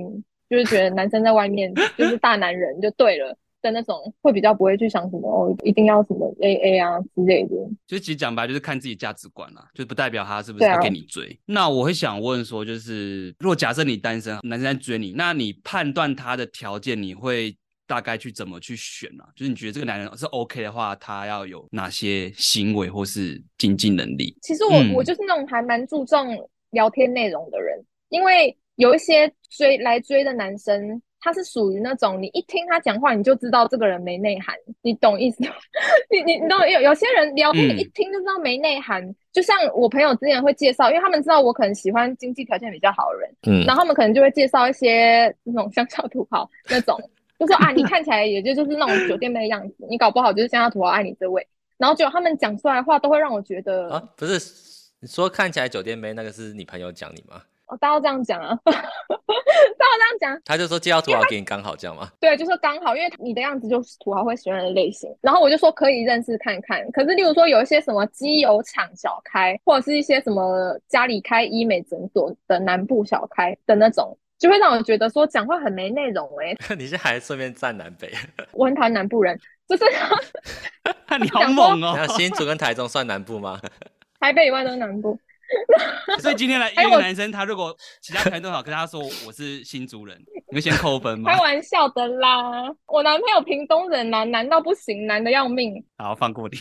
A: 就是觉得男生在外面就是大男人就对了的那种，会比较不会去想什么哦，一定要什么 A A 啊之类的。
B: 就其实讲白就是看自己价值观啦，就不代表他是不是
A: 对啊
B: 要给你追。那我会想问说，就是如果假设你单身，男生在追你，那你判断他的条件，你会大概去怎么去选呢、就是你觉得这个男人是 OK 的话，他要有哪些行为或是经济能力？
A: 其实我、
B: 嗯
A: 我就是那种还蛮注重聊天内容的人，因为有一些追来追的男生，他是属于那种你一听他讲话你就知道这个人没内涵，你懂意思吗？ 你你你懂有有些人聊天
B: 嗯
A: 一听就知道没内涵，就像我朋友之前会介绍，因为他们知道我可能喜欢经济条件比较好的人，
C: 嗯，
A: 然后他们可能就会介绍一些那种乡下土豪那种，就说啊，你看起来也就就是那种酒店妹的样子，你搞不好就是乡下土豪爱你这位。然后结果他们讲出来的话都会让我觉得，
C: 啊，不是你说看起来酒店妹那个是你朋友讲你吗？
A: 哦，大家都这样讲啊， 大家都这样讲，
C: 他就说介绍土豪给你刚好这样吗？
A: 对，就说刚好，因为你的样子就是土豪会喜欢的类型。然后我就说可以认识看看。可是，例如说有一些什么机油厂小开，或者是一些什么家里开医美诊所的南部小开的那种，就会让我觉得说讲话很没内容诶、
C: 你现在还顺便站南北，
A: 我很讨厌南部人，就是
B: 你好猛
C: 然
B: 哦！
C: 后新竹跟台中算南部吗？
A: 台北以外都是南部。
B: 所以今天来
A: 还
B: 一
A: 有
B: 个
A: 哎我
B: 男生，他如果其他条件都好，跟他说我是新族人，你会先扣分吗
A: 开？玩笑的啦，我男朋友屏东人啊，难到不行，难的要命。
B: 好，放过你。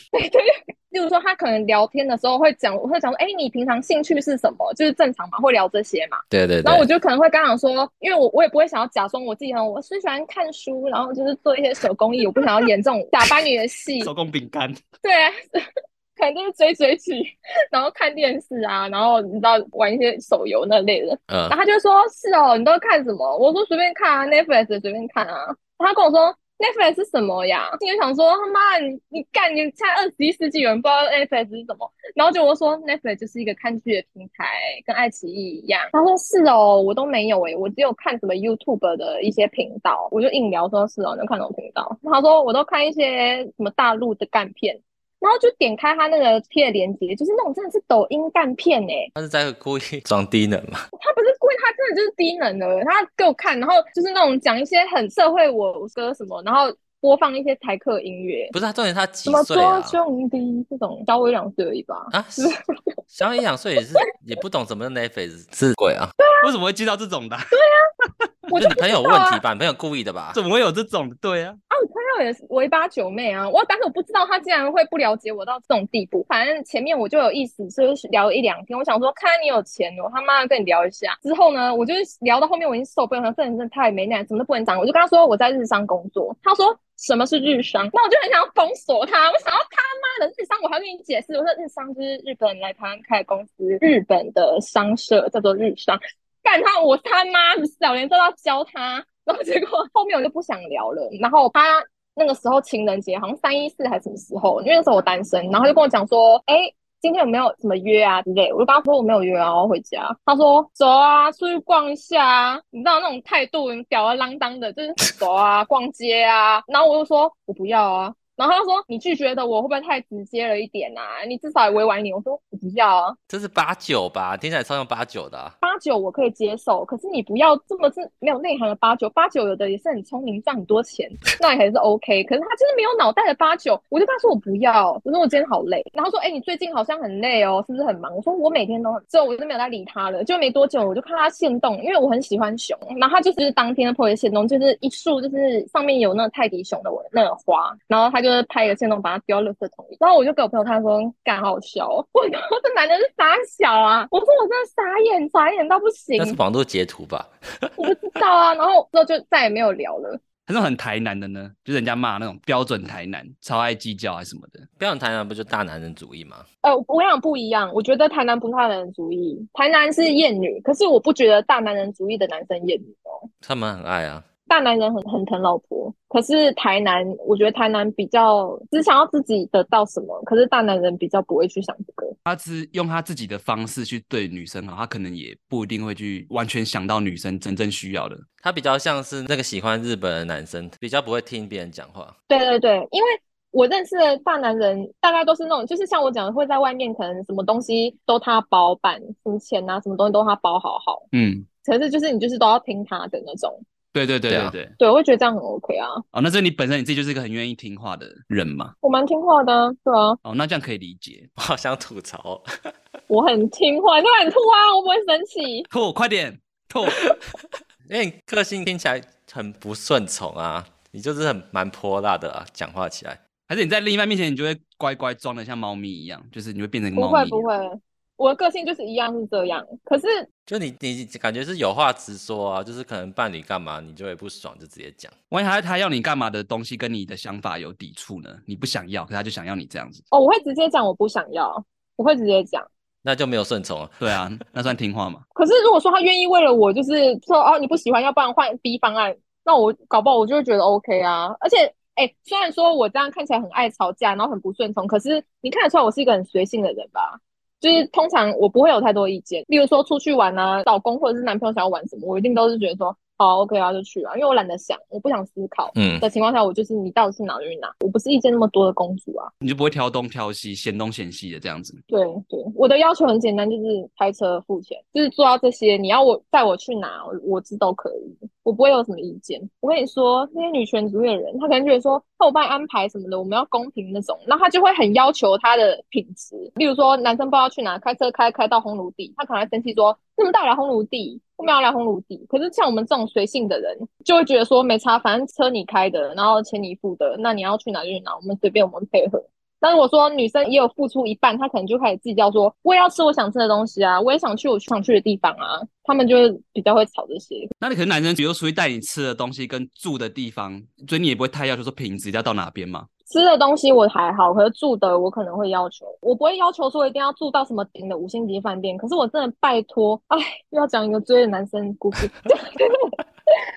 A: 例如说，他可能聊天的时候会讲，会讲说，哎、你平常兴趣是什么？就是正常嘛，会聊这些嘛。
C: 对对
A: 然后我
C: 对，
A: 就可能会刚讲说，因为我我也不会想要假装我自己很，我是喜欢看书，然后就是做一些手工艺，我不想要演这种打扮女的戏。
B: 手工饼干，
A: 对啊， 可能就是追追剧，然后看电视啊，然后你知道玩一些手游那类的。
C: 嗯
A: 然后，他就说：“是哦，你都看什么？”我说：“随便看啊，Netflix 也随便看啊。”他跟我说：“Netflix 是什么呀？”心里想说：“他妈，你你干，你才二十一世纪，有人不知道 Netflix 是什么？”然后就我说：“Netflix 就是一个看剧的平台，跟爱奇艺一样。”他说：“是哦，我都没有诶、我只有看什么 YouTube 的一些频道。”我就硬聊说：“是哦，你都看什么频道？”他说：“我都看一些什么大陆的干片。”然后就点开他那个贴的链接，就是那种真的是抖音干片欸诶、
C: 他是在故意 装低能嘛？
A: 他不是故意，他真的就是低能儿。他给我看，然后就是那种讲一些很社会我歌什么，然后播放一些台客音乐，
C: 不是，他重点他几
A: 什么
C: 岁
A: 捉
C: 啊？
A: 兄弟这种，稍微两岁而已吧。
C: 啊，是小野两岁也是也不懂什么是 Netflix 是鬼啊？
B: 为什么会接到这种的啊？
A: 我
C: 是
A: 就
C: 你朋友有问题吧？你朋友故意的吧？
B: 怎么会有这种的？对啊，
A: 啊，我朋友也是我一八九妹啊，我但是我不知道他竟然会不了解我到这种地步。反正前面我就有意思，就是聊了一两天，我想说看来你有钱，我他妈的跟你聊一下。之后呢，我就是聊到后面我已经受不了，了，这人真的太没耐，怎么都不能讲。我就跟他说我在日商工作，他说什么是日商？那我就很想要封锁他，我想要他妈的日商，我还要跟你解释，我说日商就是日本人来台湾开的公司，日本的商社叫做日商。干他！我他妈的小连都要教他，然后结果后面我就不想聊了。然后他那个时候情人节好像三一四还是什么时候，因为那时候我单身，然后他就跟我讲说，哎、今天有没有什么约啊之类的？我就跟他说我没有约啊，我要回家。他说走啊，出去逛一下啊，你知道那种态度，你吊儿郎当的，就是走啊，逛街啊。然后我就说我不要啊。然后他就说：“你拒绝的我会不会太直接了一点啊？你至少也委婉一点。”我说：“我不要啊。”
C: 这是八九吧？听起来超像八九的、啊。
A: 八九我可以接受，可是你不要这么是没有内涵的八九。八九有的也是很聪明，赚很多钱，那也还是 OK。可是他就是没有脑袋的八九，我就跟他说我不要，我说我今天好累。然后他说，哎、你最近好像很累哦，是不是很忙？我说我每天都很，之后我就没有再理他了。就没多久，我就看他现动，因为我很喜欢熊，然后他就是当天的破的现动，就是一束就是上面有那个泰迪熊的我那个花，然后他就是拍一个现动把它丢到垃圾桶里。然后我就给我朋友看说，干好好笑、哦，我然后这男的是傻小啊，我说我真的傻眼，傻眼到不行
C: 那，是网络截图吧？
A: 我不知道啊。然后之后就再也没有聊了。
B: 还是很台南的呢，就是人家骂那种标准台南，超爱计较啊什么的。
C: 标准台南不就大男人主义吗？
A: 呃，我想不一样，我觉得台南不是大男人主义，台南是厌女，可是我不觉得大男人主义的男生厌女哦，
C: 他们很爱啊。
A: 大男人很很疼老婆，可是台南，我觉得台南比较只想要自己得到什么，可是大男人比较不会去想这个。
B: 他是用他自己的方式去对女生好，他可能也不一定会去完全想到女生真正需要的。
C: 他比较像是那个喜欢日本的男生，比较不会听别人讲话。
A: 对对对，因为我认识的大男人，大概都是那种，就是像我讲的，会在外面可能什么东西都他包办，什么钱啊，什么东西都他包好好，
B: 嗯，
A: 可是就是你就是都要听他的那种。
B: 对对对
C: 对
B: 对
C: 啊
B: 对。
A: 对，我会觉得这样很 OK 啊，
B: 哦，那所以你本身你自己就是一个很愿意听话的人嘛？
A: 我蛮听话的啊、对啊，
B: 哦，那这样可以理解。
C: 我好想吐槽哦、
A: 我很听话，你干嘛很吐啊？我不会生气。
B: 吐，快点吐。
C: 因为你个性听起来很不顺从啊，你就是很蛮泼辣的啊，讲话起来。
B: 还是你在另一半面前，你就会乖乖装的像猫咪一样，就是你会变成一个
A: 不
B: 猫
A: 会
B: 咪。啊
A: 不会，我的个性就是一样是这样。可是
C: 就你你感觉是有话直说啊，就是可能伴侣干嘛你就会不爽就直接讲。
B: 万一他他要你干嘛的东西跟你的想法有抵触呢？你不想要，可他就想要你这样子。
A: 哦，我会直接讲我不想要，我会直接讲。
C: 那就没有顺从了。
B: 对啊，那算听话嘛？
A: 可是如果说他愿意为了我，就是说哦你不喜欢，要不然换 B 方案，那我搞不好我就会觉得 OK 啊。而且，哎，虽然说我这样看起来很爱吵架，然后很不顺从，可是你看得出来我是一个很随性的人吧？就是通常我不会有太多意见，例如说出去玩啊，老公或者是男朋友想要玩什么，我一定都是觉得说好 OK 啊就去啊，因为我懒得想，我不想思考
C: 嗯，
A: 的情况下，我就是你到底去哪就去哪，我不是意见那么多的公主啊。
B: 你就不会挑东挑西、嫌东嫌西的这样子。
A: 对对，我的要求很简单，就是开车付钱，就是做到这些。你要我带我去哪，我知都可以，我不会有什么意见。我跟你说，那些女权主义的人，他可能觉得说，那我帮你安排什么的，我们要公平那种，那他就会很要求他的品质。例如说，男生不知道去哪，开车开开到烘炉地，他可能会生气说，你们带我来烘炉地，我们要来烘炉地。可是像我们这种随性的人，就会觉得说没差，反正车你开的，然后钱你付的，那你要去哪就去哪，我们随便我们配合。那如果说女生也有付出一半，她可能就开始计较说，我也要吃我想吃的东西啊，我也想去我想去的地方啊，他们就会比较会吵这些。
B: 那你可能男生，比如出去带你吃的东西跟住的地方，所以你也不会太要求说品质要到哪边嘛？
A: 吃的东西我还好，可是住的我可能会要求，我不会要求说一定要住到什么顶的五星级饭店。可是我真的拜托，哎，又要讲一个追的男生故事。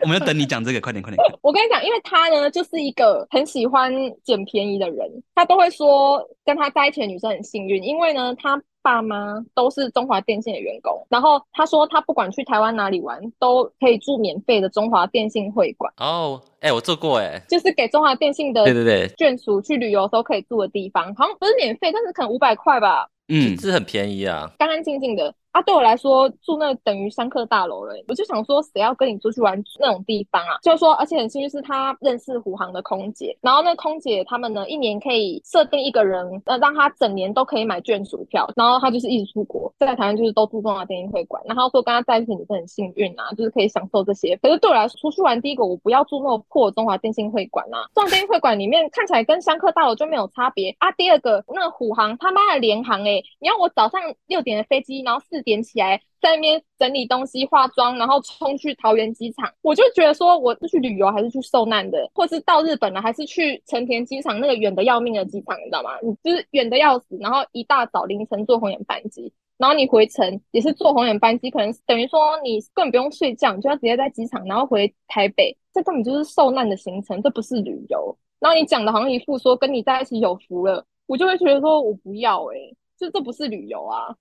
B: 我们要等你讲这个，快点快点。快点
A: 我跟你讲，因为他呢就是一个很喜欢捡便宜的人，他都会说跟他在一起的女生很幸运，因为呢他爸妈都是中华电信的员工，然后他说他不管去台湾哪里玩，都可以住免费的中华电信会馆，
C: 哦，哎，我做过哎，
A: 就是给中华电信的
C: 对对对，
A: 眷属去旅游的时候可以住的地方，好像不是免费，但是可能五百块吧，
B: 嗯，
C: 是很便宜啊。
A: 干干净净的。啊，对我来说住那等于商客大楼了，欸我就想说谁要跟你出去玩那种地方啊？就是说，而且很幸运是他认识虎航的空姐，然后那空姐他们呢一年可以设定一个人，呃，让他整年都可以买眷属票，然后他就是一直出国，在台湾就是都住中华电影会馆，然后说跟他在一起女生很幸运啊，就是可以享受这些。可是对我来说，出去玩第一个我不要住那么破的中华电信会馆啊，中华电信会馆里面看起来跟香客大楼就没有差别啊。第二个，那虎航他妈的联航诶、你要我早上六点的飞机，然后四点起来在那边整理东西、化妆，然后冲去桃园机场，我就觉得说我是去旅游还是去受难的，或是到日本了还是去成田机场那个远的要命的机场，你知道吗？你就是远的要死，然后一大早凌晨坐红眼班机。然后你回程也是坐红眼班机，可能等于说你根本不用睡觉，你就要直接在机场，然后回台北，这根本就是受难的行程，这不是旅游。然后你讲的好像一副说跟你在一起有福了，我就会觉得说我不要哎、就这不是旅游啊。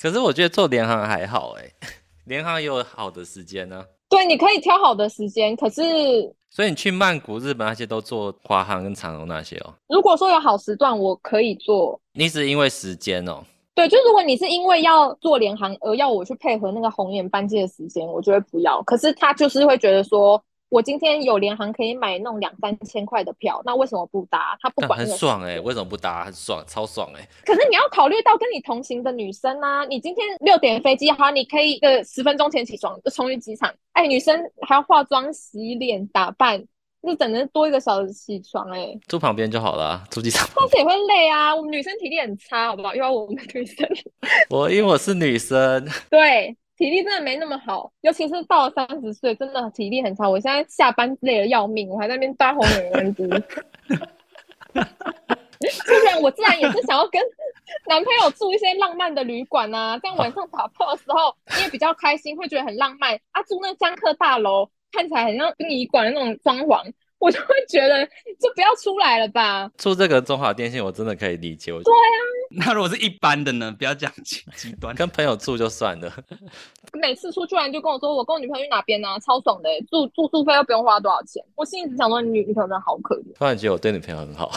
C: 可是我觉得做联航还好哎， 联航也有好的时间呢、啊
A: 对，你可以挑好的时间，可是
C: 所以你去曼谷、日本那些都坐华航跟长荣那些哦。
A: 如果说有好时段，我可以做。
C: 你只因为时间哦，
A: 对，就如果你是因为要做联航而要我去配合那个红眼班机的时间，我就会不要。可是他就是会觉得说，我今天有联航可以买那种两三千块的票，那为什么不搭？他不
C: 但
A: 管
C: 很
A: 那个
C: 爽哎，为什么不搭？很爽，超爽哎。
A: 可是你要考虑到跟你同行的女生啊，你今天六点飞机，好，你可以呃十分钟前起床就冲去机场，哎，女生还要化妆、洗脸、打扮，就整的多一个小时起床、哎，
C: 住旁边就好了啊，住机场旁
A: 但是也会累啊。我们女生体力很差，好不好？又要我们女生，
C: 边。 我因为我是女生，
A: 对，体力真的没那么好，尤其是到了三十岁，真的体力很差。我现在下班累得要命，我还在那边抓红眼人机。 虽然我自然也是想要跟男朋友住一些浪漫的旅馆啊，这样晚上打炮的时候你也比较开心，会觉得很浪漫啊。住那香客大楼，看起来很像殡仪馆的那种装潢，我就会觉得就不要出来了吧。
C: 住这个中华电信，我真的可以理解。我
B: 那如果是一般的呢？不要讲极极端，
C: 跟朋友住就算了，
A: 每次出去玩就跟我说，我跟我女朋友去哪边啊，超爽的、欸，住住宿费又不用花多少钱。我心里只想说，你女女朋友真的好可怜。
C: 突然觉得我对女朋友很好。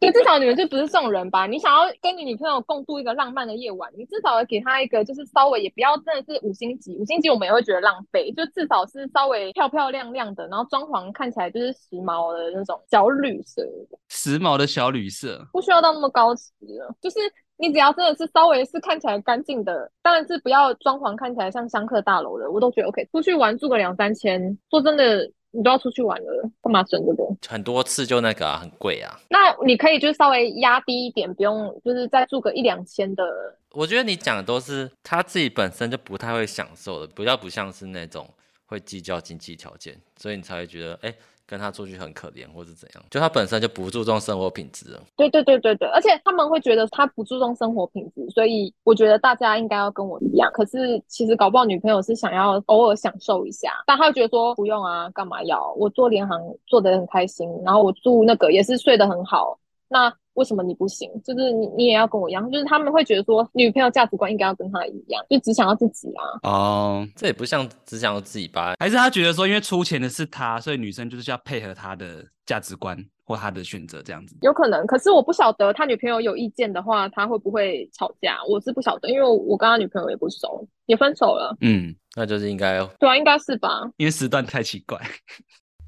A: 就至少你们就不是这种人吧？你想要跟你女朋友共度一个浪漫的夜晚，你至少给她一个就是稍微也不要真的是五星级，五星级我们也会觉得浪费，就至少是稍微漂漂亮亮的，然后装潢看起来就是时髦的那种小旅社，
B: 时髦的小旅社，
A: 不需要到那么高级了。就是你只要真的是稍微是看起来干净的，当然是不要装潢看起来像香客大楼的，我都觉得 OK。出去玩住个两三千，说真的。你都要出去玩了，干嘛省这个？
C: 很多次就那个啊，很贵啊。
A: 那你可以就稍微压低一点，不用就是再住个一两千的。
C: 我觉得你讲的都是他自己本身就不太会享受的，比较不像是那种会计较经济条件，所以你才会觉得哎、诶跟他出去很可怜或是怎样，就他本身就不注重生活品质了。
A: 对对对对对，而且他们会觉得他不注重生活品质，所以我觉得大家应该要跟我一样。可是其实搞不好女朋友是想要偶尔享受一下，但她会觉得说不用啊，干嘛要？我做联航做得很开心，然后我住那个也是睡得很好，那为什么你不行？就是你你也要跟我一样，就是他们会觉得说女朋友价值观应该要跟她一样，就只想要自己啊。
B: 哦，
C: 这也不像只想要自己吧，
B: 还是他觉得说，因为出钱的是他，所以女生就是要配合他的价值观或他的选择这样子。
A: 有可能，可是我不晓得他女朋友有意见的话，他会不会吵架？我是不晓得，因为我我跟他女朋友也不熟，也分手了。
B: 嗯，
C: 那就是应该
A: 对啊，应该是吧？
B: 因为时段太奇怪，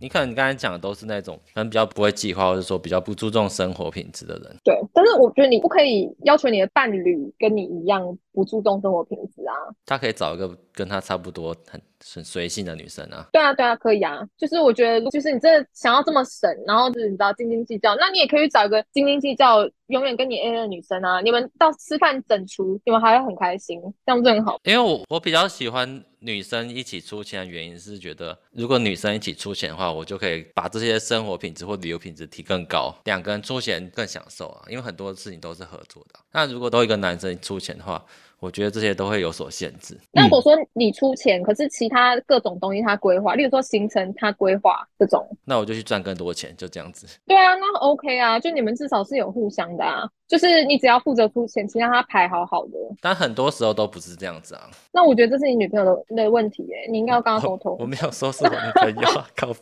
C: 你可能你刚才讲的都是那种可能比较不会计划，或者说比较不注重生活品质的人。
A: 对，但是我觉得你不可以要求你的伴侣跟你一样不注重生活品质啊。
C: 他可以找一个跟他差不多很很随性的女生啊。
A: 对啊，对啊，可以啊。就是我觉得，就是你真的想要这么省，然后就是你知道斤斤计较，那你也可以找一个斤斤计较、永远跟你 A 的女生啊。你们到吃饭整除，你们还会很开心，这样不是很好？
C: 因为我我比较喜欢女生一起出钱的原因是觉得，如果女生一起出钱的话，我就可以把这些生活品质或旅游品质提更高，两个人出钱更享受啊。因为很多事情都是合作的啊、那如果都一个男生出钱的话，我觉得这些都会有所限制。
A: 那如果说你出钱，可是其他各种东西他规划，例如说行程他规划这种，
C: 那我就去赚更多钱，就这样子。
A: 对啊，那 OK 啊，就你们至少是有互相的啊，就是你只要负责出钱，其他他排好好的。
C: 但很多时候都不是这样子啊。
A: 那我觉得这是你女朋友的的问题耶、你应该要跟她沟
C: 我
A: 通
C: 我。没有说是我女朋友啊，靠背。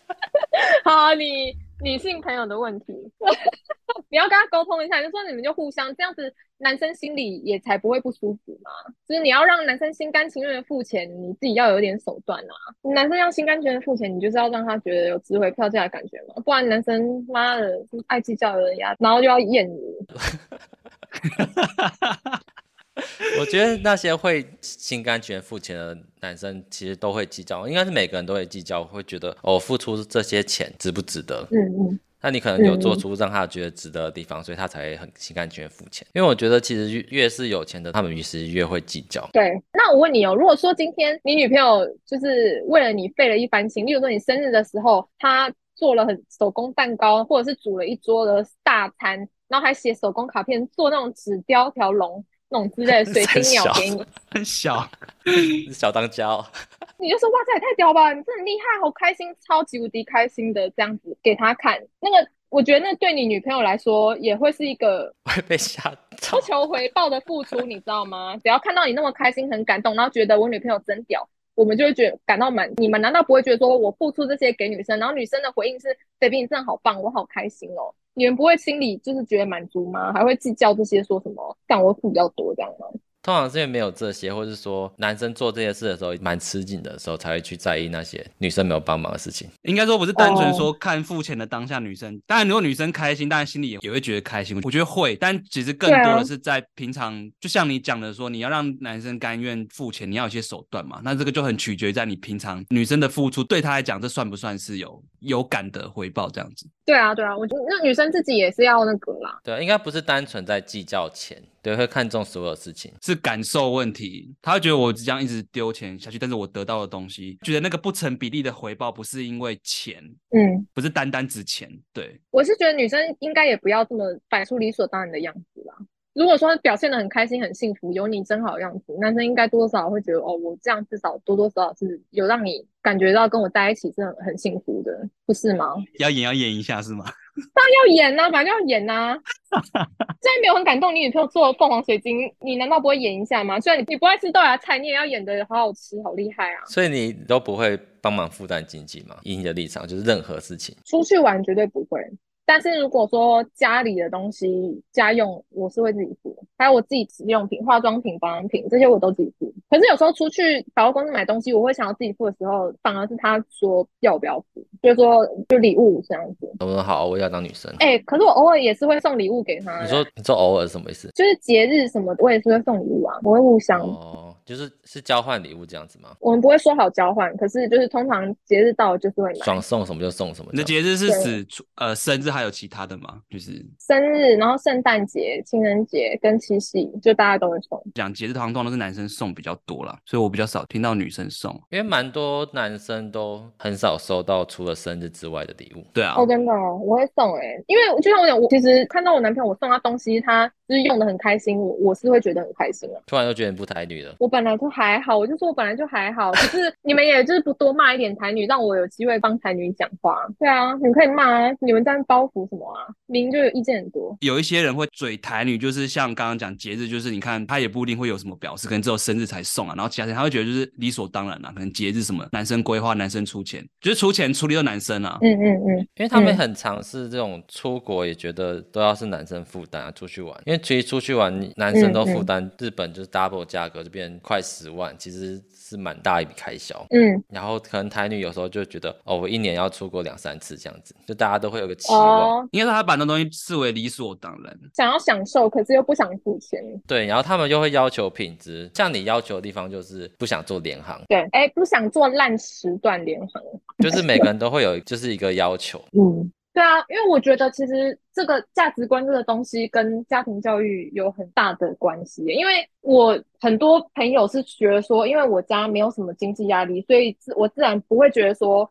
A: 好啊，你女性朋友的问题， 你要跟她沟通一下，就说你们就互相这样子，男生心里也才不会不舒服嘛。就是你要让男生心甘情愿的付钱，你自己要有点手段啊。男生要心甘情愿地付钱，你就是要让他觉得有值回票价的感觉嘛，不然男生妈的爱计较的人呀，然后就要厌你。
C: 我觉得那些会心甘情愿付钱的男生，其实都会计较，应该是每个人都会计较，会觉得哦，付出这些钱值不值得？
A: 嗯嗯。
C: 那你可能有做出让他觉得值得的地方，所以他才会很心甘情愿付钱。因为我觉得其实越越是有钱的，他们其实越会计较。
A: 对，那我问你哦，如果说今天你女朋友就是为了你费了一番心，例如说你生日的时候，她做了很手工蛋糕，或者是煮了一桌的大餐，然后还写手工卡片，做那种纸雕条龙那种之类的水晶鸟给你，
B: 很小。
C: 小当家、哦，
A: 你就说哇塞，也太屌吧，你真的很厉害，好开心，超级无敌开心的这样子给她看，那个我觉得那对你女朋友来说也会是一个
C: 会被吓到
A: 不。求回报的付出，你知道吗？只要看到你那么开心、很感动，然后觉得我女朋友真屌，我们就会觉得感到满。你们难道不会觉得说我付出这些给女生，然后女生的回应是 “baby 你真的好棒，我好开心哦”？你们不会心里就是觉得满足吗？还会计较这些说什么“干我付比较多”这样吗？
C: 通常是因为没有这些，或是说男生做这些事的时候蛮吃劲的时候，才会去在意那些女生没有帮忙的事情。
B: 应该说不是单
A: 哦
B: 纯说看付钱的当下女生，当然如果女生开心，当然心里也也会觉得开心。我觉得会，但其实更
A: 对啊
B: 多的是在平常，就像你讲的说，你要让男生甘愿付钱，你要有一些手段嘛。那这个就很取决于在你平常女生的付出，对她来讲，这算不算是有有感的回报这样子？
A: 对啊，对啊，我觉得那女生自己也是要那个啦。
C: 对，应该不是单纯在计较钱，对，会看重所有事情。
B: 是感受问题，他会觉得我这样一直丢钱下去，但是我得到的东西，觉得那个不成比例的回报不是因为钱，
A: 嗯，
B: 不是单单指钱，对。
A: 我是觉得女生应该也不要这么摆出理所当然的样子啦。如果说表现的很开心、很幸福，有你真好的样子，男生应该多少会觉得哦，我这样至少多多少少是有让你感觉到跟我在一起是很很幸福的，不是吗？
B: 要演要演一下是吗？
A: 要演呐、反正要演呐、虽然没有很感动，你女朋友做凤凰水晶，你难道不会演一下吗？虽然你你不爱吃豆芽菜，你也要演的好好吃，好厉害啊！
C: 所以你都不会帮忙负担经济嘛？以你的立场，就是任何事情，
A: 出去玩绝对不会。但是如果说家里的东西、家用，我是会自己付，还有我自己使用品、化妆品、保养品这些我都自己付。可是有时候出去百货公司买东西，我会想要自己付的时候，反而是他说要不要付，就是说就礼物这样子。
C: 我说好，我要当女生。
A: 哎、可是我偶尔也是会送礼物给他的，
C: 你说你说偶尔是什么意思？
A: 就是节日什么的，我也是会送礼物啊，我会互相。
C: 哦，就是是交换礼物这样子吗？
A: 我们不会说好交换，可是就是通常节日到了就是会买
C: 爽送什么就送什么这
B: 你的
C: 样。
B: 节日是
A: 对
B: 指除呃生日还有其他的吗？就是
A: 生日，然后圣诞节、情人节跟七夕，就大家都会送。
B: 讲节日，通常通常都是男生送比较多啦，所以我比较少听到女生送。
C: 因为蛮多男生都很少收到除了生日之外的礼物。
B: 对啊，
A: 哦，真的哦，我会送哎、因为就像我讲，我其实看到我男朋友我送他东西，他就是用的很开心，我我是会觉得很开心啊。
C: 突然又觉得你不台女了，
A: 我本来就还好，我就说我本来就还好，可是你们也就是不多骂一点台女，让我有机会帮台女讲话。对啊，你们可以骂啊，你们这样包袱什么啊？明明就有意见很多。
B: 有一些人会嘴台女，就是像刚刚讲节日，就是你看他也不一定会有什么表示，可能只有生日才送啊，然后其他人他会觉得就是理所当然啦、可能节日什么男生规划，男生出钱，就是出钱出力的男生啊。
A: 嗯嗯嗯，
C: 因为他们
A: 嗯
C: 很尝试这种出国，也觉得都要是男生负担啊，出去玩。因为其实出去玩，你男
A: 嗯
C: 生都负担，日本就是 double 价格，就变成快十万，其实是蛮大一笔开销。
A: 嗯，
C: 然后可能台女有时候就觉得，哦，我一年要出国两三次这样子，就大家都会有个期望。
A: 哦，
B: 应该说他把那东西视为理所当然，
A: 想要享受，可是又不想付钱。
C: 对，然后他们又会要求品质，像你要求的地方就是不想做联行，
A: 对，哎、不想做烂时段联行。
C: 就是每个人都会有就是一个要求。
A: 嗯，对啊，因为我觉得其实这个价值观这个东西跟家庭教育有很大的关系耶，因为我很多朋友是觉得说，因为我家没有什么经济压力，所以自我自然不会觉得说，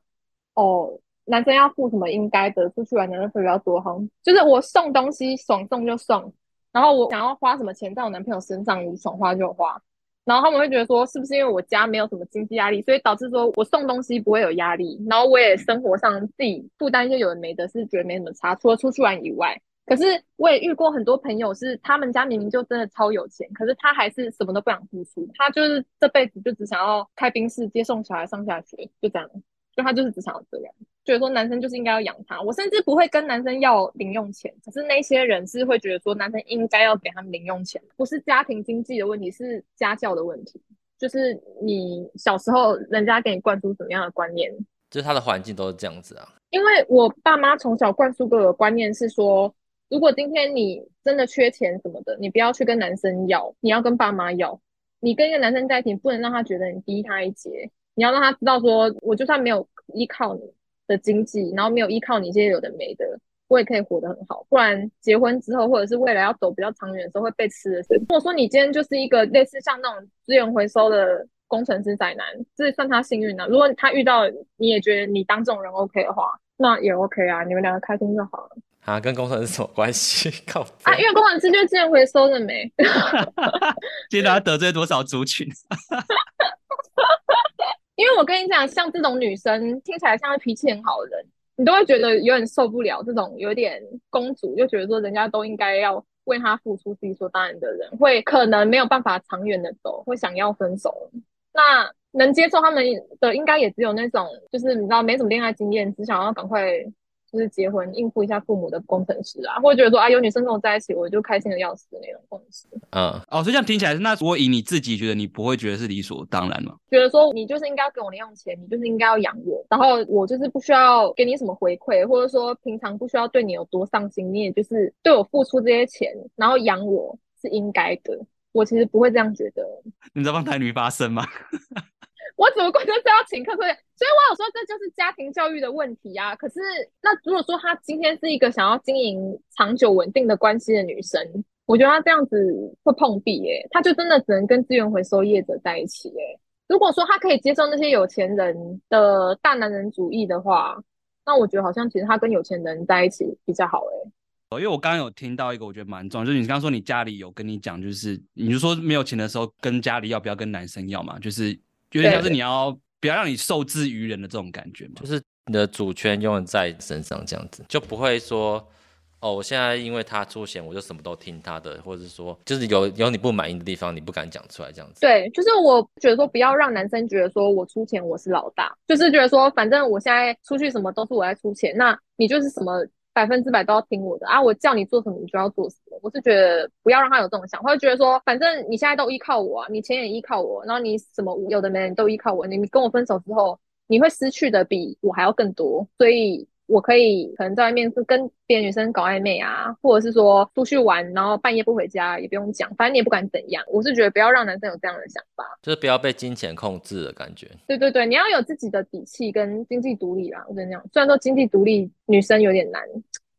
A: 哦，男生要付什么应该的，出去玩的人会比较多，好像就是我送东西爽送就送，然后我想要花什么钱在我男朋友身上，我爽花就花。然后他们会觉得说，是不是因为我家没有什么经济压力，所以导致说我送东西不会有压力，然后我也生活上自己负担一些有的没的，是觉得没什么差，除了出去玩以外。可是我也遇过很多朋友，是他们家明明就真的超有钱，可是他还是什么都不想付出，他就是这辈子就只想要开宾室接送小孩上下学，就这样，就他就是只想要这样，觉得说男生就是应该要养他。我甚至不会跟男生要零用钱，可是那些人是会觉得说男生应该要给他们零用钱，不是家庭经济的问题，是家教的问题，就是你小时候人家给你灌输什么样的观念，
C: 就是他的环境都是这样子啊，
A: 因为我爸妈从小灌输给我的观念是说，如果今天你真的缺钱什么的，你不要去跟男生要，你要跟爸妈要。你跟一个男生在一起，你不能让他觉得你低他一截，你要让他知道说，我就算没有依靠你的经济，然后没有依靠你一些有的没的，我也可以活得很好。不然结婚之后，或者是未来要走比较长远的时候，会被吃的死。如果说你今天就是一个类似像那种资源回收的工程师宅男，这算他幸运啊了、如果他遇到你也觉得你当这种人 OK 的话，那也 OK 啊，你们两个开心就好了
C: 啊，跟工程师什么关系？ 靠背！
A: 啊。因为工程师就是资源回收的没，
B: 今天
A: 嗯
B: 大家得罪多少族群？
A: 因为我跟你讲，像这种女生听起来像是脾气很好的人，你都会觉得有点受不了这种有点公主，就觉得说人家都应该要为她付出，自己说当然的人，会可能没有办法长远的走，会想要分手。那能接受他们的，应该也只有那种就是你知道没什么恋爱经验，只想要赶快就是结婚应付一下父母的工程师啊，或者觉得说啊有女生跟我在一起，我就开心的要死的那种工程师。
C: 嗯，
B: 哦，所以这样听起来，那如果以你自己觉得，你不会觉得是理所当然吗？
A: 觉得说你就是应该要给我零用钱，你就是应该要养我，然后我就是不需要给你什么回馈，或者说平常不需要对你有多上心，你也就是对我付出这些钱，然后养我是应该的。我其实不会这样觉得，
B: 你在帮台女发声吗？
A: 我只不过就是要请客所以所以我有说这就是家庭教育的问题啊。可是那如果说她今天是一个想要经营长久稳定的关系的女生，我觉得她这样子会碰壁耶、她就真的只能跟资源回收业者在一起耶、如果说她可以接受那些有钱人的大男人主义的话，那我觉得好像其实她跟有钱人在一起比较好哎、
B: 因为我刚刚有听到一个我觉得蛮重要，就是你刚刚说你家里有跟你讲，就是你就说没有钱的时候跟家里要不要跟男生要嘛，就是有点像是你要不要让你受制于人的这种感觉嘛。
C: 就是你的主权永远在身上，这样子就不会说，哦，我现在因为他出钱，我就什么都听他的，或者是说，就是有有你不满意的地方，你不敢讲出来，这样子。
A: 对，就是我觉得说不要让男生觉得说我出钱我是老大，就是觉得说反正我现在出去什么都是我在出钱，那你就是什么百分之百都要听我的啊，我叫你做什么你就要做什么。我是觉得不要让他有这种想法，会觉得说反正你现在都依靠我啊，你钱也依靠我，然后你什么有的没的你都依靠我，你跟我分手之后你会失去的比我还要更多，所以我可以可能在外面是跟别的女生搞暧昧啊，或者是说出去玩，然后半夜不回家也不用讲，反正你也不敢怎样。我是觉得不要让男生有这样的想法。
C: 就是不要被金钱控制的感觉。
A: 对对对，你要有自己的底气跟经济独立啦。我跟你讲，虽然说经济独立女生有点难，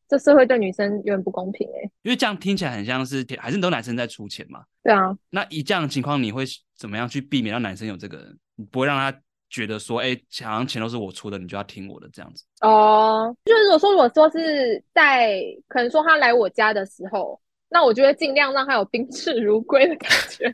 A: 这社会对女生有点不公平哎、
B: 因为这样听起来很像是还是都男生在出钱嘛。
A: 对啊，
B: 那以这样的情况，你会怎么样去避免让男生有这个，你不会让他觉得说，哎、好像钱都是我出的，你就要听我的这样 子。
A: 哦，就是如果说我说是在可能说他来我家的时候，那我就会尽量让他有宾至如归的感觉。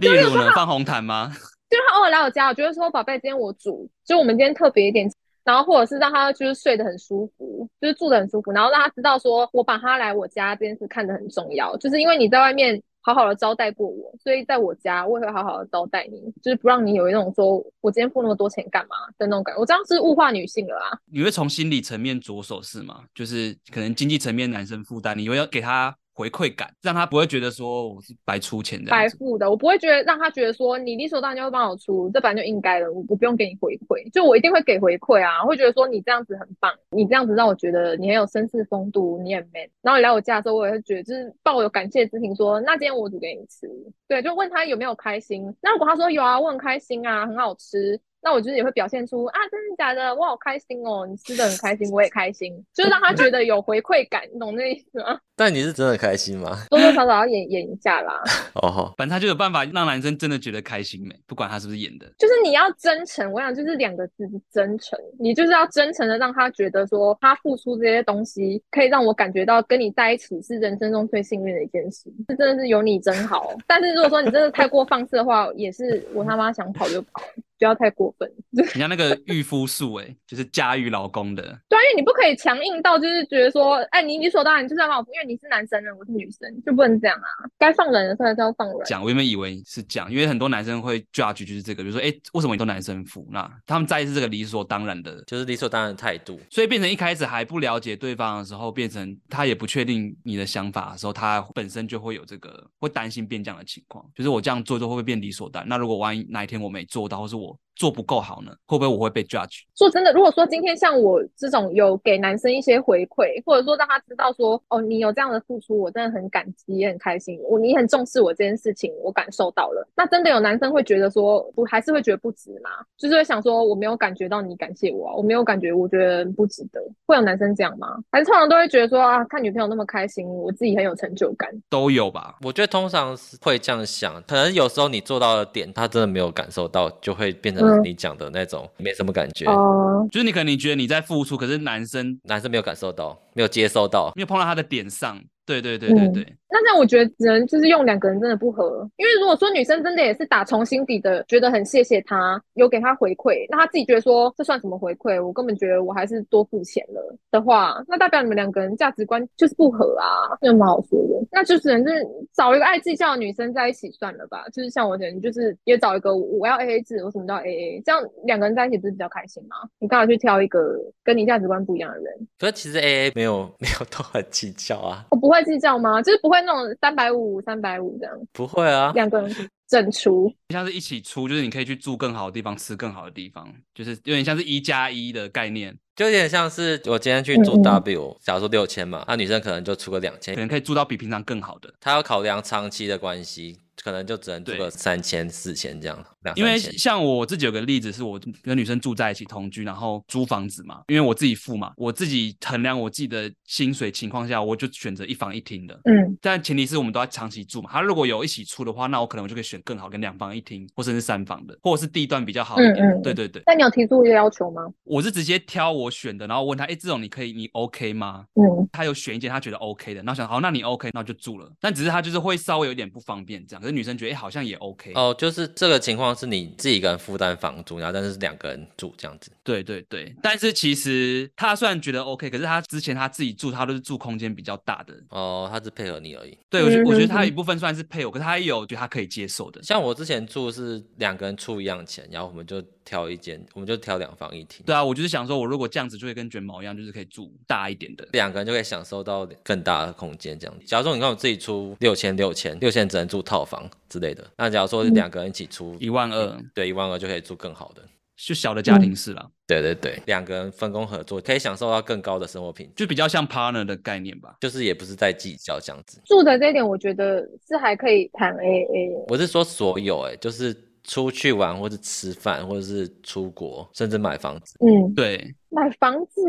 B: 例如呢，放红毯吗？
A: 就是他偶尔来我家，我就会说宝贝，今天我煮，就我们今天特别一点，然后或者是让他就是睡得很舒服，就是住得很舒服，然后让他知道说我把他来我家这件事看得很重要，就是因为你在外面好好的招待过我，所以在我家我也会好好的招待你，就是不让你有一种说我今天付那么多钱干嘛的那种感觉。我这样是物化女性了啊，
B: 你会从心理层面着手是吗？就是可能经济层面男生负担，你会要给他回馈感，让他不会觉得说我是白出钱这
A: 白
B: 样子。
A: 付的，我不会觉得让他觉得说你理所当然就会帮我出，这本来就应该的，我我不用给你回馈，就我一定会给回馈啊，会觉得说你这样子很棒，你这样子让我觉得你很有绅士风度，你很 man。然后你来我家的时候，我也会觉得就是抱有感谢之情说，那今天我煮给你吃，对，就问他有没有开心。那如果他说有啊，我很开心啊，很好吃。那我就是也会表现出啊，真的假的？我好开心哦，你吃的很开心，我也开心，就是让他觉得有回馈感，你懂那意思吗？
C: 但你是真的开心吗？
A: 多多少少要演演一下啦。
C: 哦，
B: 反正他就有办法让男生真的觉得开心没，不管他是不是演的。
A: 就是你要真诚，我想就是两个字，真诚。你就是要真诚的让他觉得说，他付出这些东西，可以让我感觉到跟你在一起是人生中最幸运的一件事，是真的是有你真好。哦但是如果说你真的太过放肆的话，也是我他妈想跑就跑，不要太过分。
B: 你像那个御夫术，哎，就是驾驭老公的，
A: 对啊，因为你不可以强硬到就是觉得说，哎，你理所当然就是要帮我付，因为你是男生啊了，我是女生，就不能这样啊。该放人的时候还是要放人。啊
B: 讲我原本以为是讲，因为很多男生会 judge 就是这个，就说，哎、为什么你都男生付？那他们在意是这个理所当然的
C: 就是理所当然的态度。
B: 所以变成一开始还不了解对方的时候，变成他也不确定你的想法的时候，他本身就会有这个会担心变这样的情况，就是我这样做做会不会变理所当然？那如果万一哪一天我没做到，或是我做不够好呢？会不会我会被 judge？
A: 说真的，如果说今天像我这种有给男生一些回馈，或者说让他知道说，哦，你有这样的付出，我真的很感激，也很开心，我你很重视我这件事情，我感受到了。那真的有男生会觉得说，不还是会觉得不值吗？就是会想说，我没有感觉到你感谢我、啊，我没有感觉，我觉得不值得。会有男生这样吗？还是通常都会觉得说，啊，看女朋友那么开心，我自己很有成就感。
B: 都有吧？
C: 我觉得通常是会这样想，可能有时候你做到的点，他真的没有感受到，就会变成
A: 嗯
C: 你讲的那种、没什么感觉，
A: 哦、
B: 就是你可能你觉得你在付出，可是男生
C: 男生没有感受到，没有接收到。
B: 没有碰到他的点上。对对对对
A: 嗯
B: 对，
A: 那这样我觉得只能就是用两个人真的不合，因为如果说女生真的也是打从心底的觉得很谢谢他，有给他回馈，那他自己觉得说这算什么回馈？我根本觉得我还是多付钱了的话，那代表你们两个人价值观就是不合啊，有什么好说的？那就只能是找一个爱计较的女生在一起算了吧。就是像我可能就是也找一个我要 A A 制，我什么都要 A A，这样两个人在一起不是比较开心吗？你干嘛去挑一个跟你价值观不一样的人？
C: 可是其实 A A 没有 没有都很计较啊，
A: 我不会计较吗？就是不会那种三百五三百五这样。
C: 不会啊，
A: 两个人整除。
B: 像是一起出，就是你可以去住更好的地方，吃更好的地方，就是有点像是一加一的概念，
C: 就有点像是我今天去住
A: 嗯嗯
C: W，假如说六千嘛，那、女生可能就出个两
B: 可
C: 千，
B: 能可以住到比平常更好的。
C: 她要考量长期的关系，可能就只能做
B: 对
C: 个三千、四千这样，两
B: 因为
C: 三千
B: 像我自己有个例子，是我跟女生住在一起同居，然后租房子嘛，因为我自己付嘛，我自己衡量我自己的薪水情况下，我就选择一房一厅的。
A: 嗯，
B: 但前提是我们都要长期住嘛。他如果有一起住的话，那我可能我就可以选更好，跟两房一厅，或甚至三房的，或者是地段比较好一点的。
A: 嗯嗯嗯
B: 对对对，
A: 那你有提出一个要求吗？
B: 我是直接挑我选的，然后问他，哎，这种你可以，你 OK 吗？
A: 嗯，
B: 他有选一间他觉得 OK 的，然后想好，那你 OK，那就住了。但只是他就是会稍微有点不方便这样，可是女生觉得哎、诶好像也 OK。
C: 哦，就是这个情况是你自己一个人负担房租，然后但是是两个人住这样子。
B: 对对对，但是其实他虽然觉得 OK，可是他之前他自己住，他都是住空间比较大的。
C: 哦，他是配合你而已。
B: 对我觉得我觉得
A: 嗯
B: 他
A: 嗯嗯
B: 有一部分算是配偶，可是他也有觉得他可以接受的。
C: 像我之前住是两个人出一样钱，然后我们就挑一间，我们就挑两房一厅，
B: 对啊，我就是想说，我如果这样子就会跟卷毛一样，就是可以住大一点的。
C: 两个人就可以享受到更大的空间这样。假如说你看我自己出六千、六千、六千只能住套房之类的，那假如
A: 嗯
C: 说两个人一起出
B: 一万二，
C: 对一万二就可以住更好的。
B: 就小的家庭式啦，
C: 对对对，两个人分工合作，可以享受到更高的生活品质，
B: 就比较像 partner 的概念吧。
C: 就是也不是在计较这样子。
A: 住的这一点我觉得是还可以谈 AA。
C: 我是说所有、欸，就是出去玩或者吃饭，或者是出国，甚至买房子，
A: 嗯，
B: 对，
A: 买房子，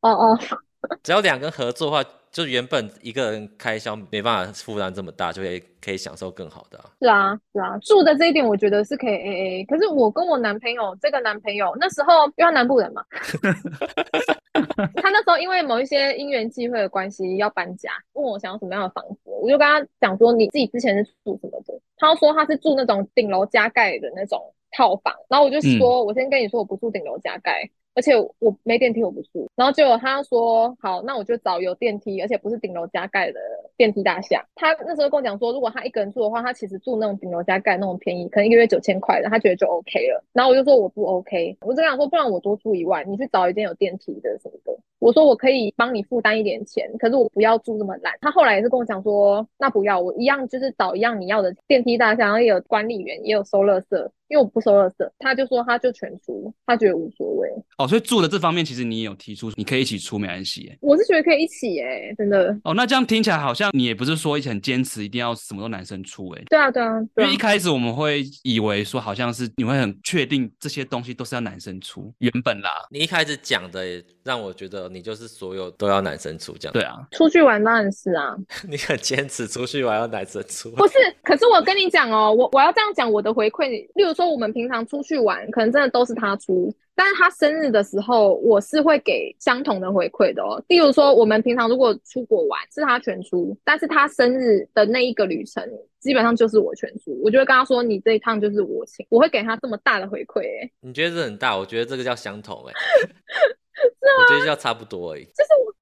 A: 哦哦，
C: 只要两个人合作的话，就原本一个人开销没办法负担这么大，就可以可以享受更好的啊、
A: 是啊，是啊，住的这一点我觉得是可以 AA。可是我跟我男朋友这个男朋友那时候，因为他南部人嘛，他那时候因为某一些因缘际会的关系要搬家，问我想要什么样的房子，我就跟他讲说你自己之前是住什么的，他说他是住那种顶楼加盖的那种套房，然后我就说、我先跟你说我不住顶楼加盖。而且我没电梯，我不住。然后结果他说好，那我就找有电梯，而且不是顶楼加盖的电梯大厦。他那时候跟我讲说，如果他一个人住的话，他其实住那种顶楼加盖那种便宜，可能一个月九千块的，他觉得就 OK 了。然后我就说我不 OK，我就跟他说，不然我多住一万，你去找一间有电梯的什么的。我说我可以帮你负担一点钱，可是我不要住这么烂。他后来也是跟我讲说，那不要，我一样就是找一样你要的电梯大厦，然后也有管理员，也有收垃圾，因为我不收垃圾。他就说他就全出，他觉得无所谓。
B: 哦，所以住的这方面，其实你也有提出，你可以一起出没关系耶。
A: 我是觉得可以一起哎、真的。
B: 哦，那这样听起来好像你也不是说很坚持，一定要什么都男生出哎。
A: 对啊，对啊，
B: 因
A: 对
B: 为一
A: 啊，
B: 开始我们会以为说，好像是你会很确定这些东西都是要男生出，原本啦，
C: 你一开始讲的也让我觉得你就是所有都要男生出这样，
B: 对，啊，
A: 出去玩当然是啊，
C: 你很坚持出去玩要男生出，
A: 不是。可是我跟你讲哦，我我要这样讲我的回馈，例如说我们平常出去玩，可能真的都是他出，但是他生日的时候，我是会给相同的回馈的哦。例如说我们平常如果出国玩是他全出，但是他生日的那一个旅程基本上就是我全出，我就会跟他说你这一趟就是我请，我会给他这么大的回馈、欸，
C: 你觉得这很大？我觉得这个叫相同 哎、
A: 啊
C: 我觉得叫差不多而已。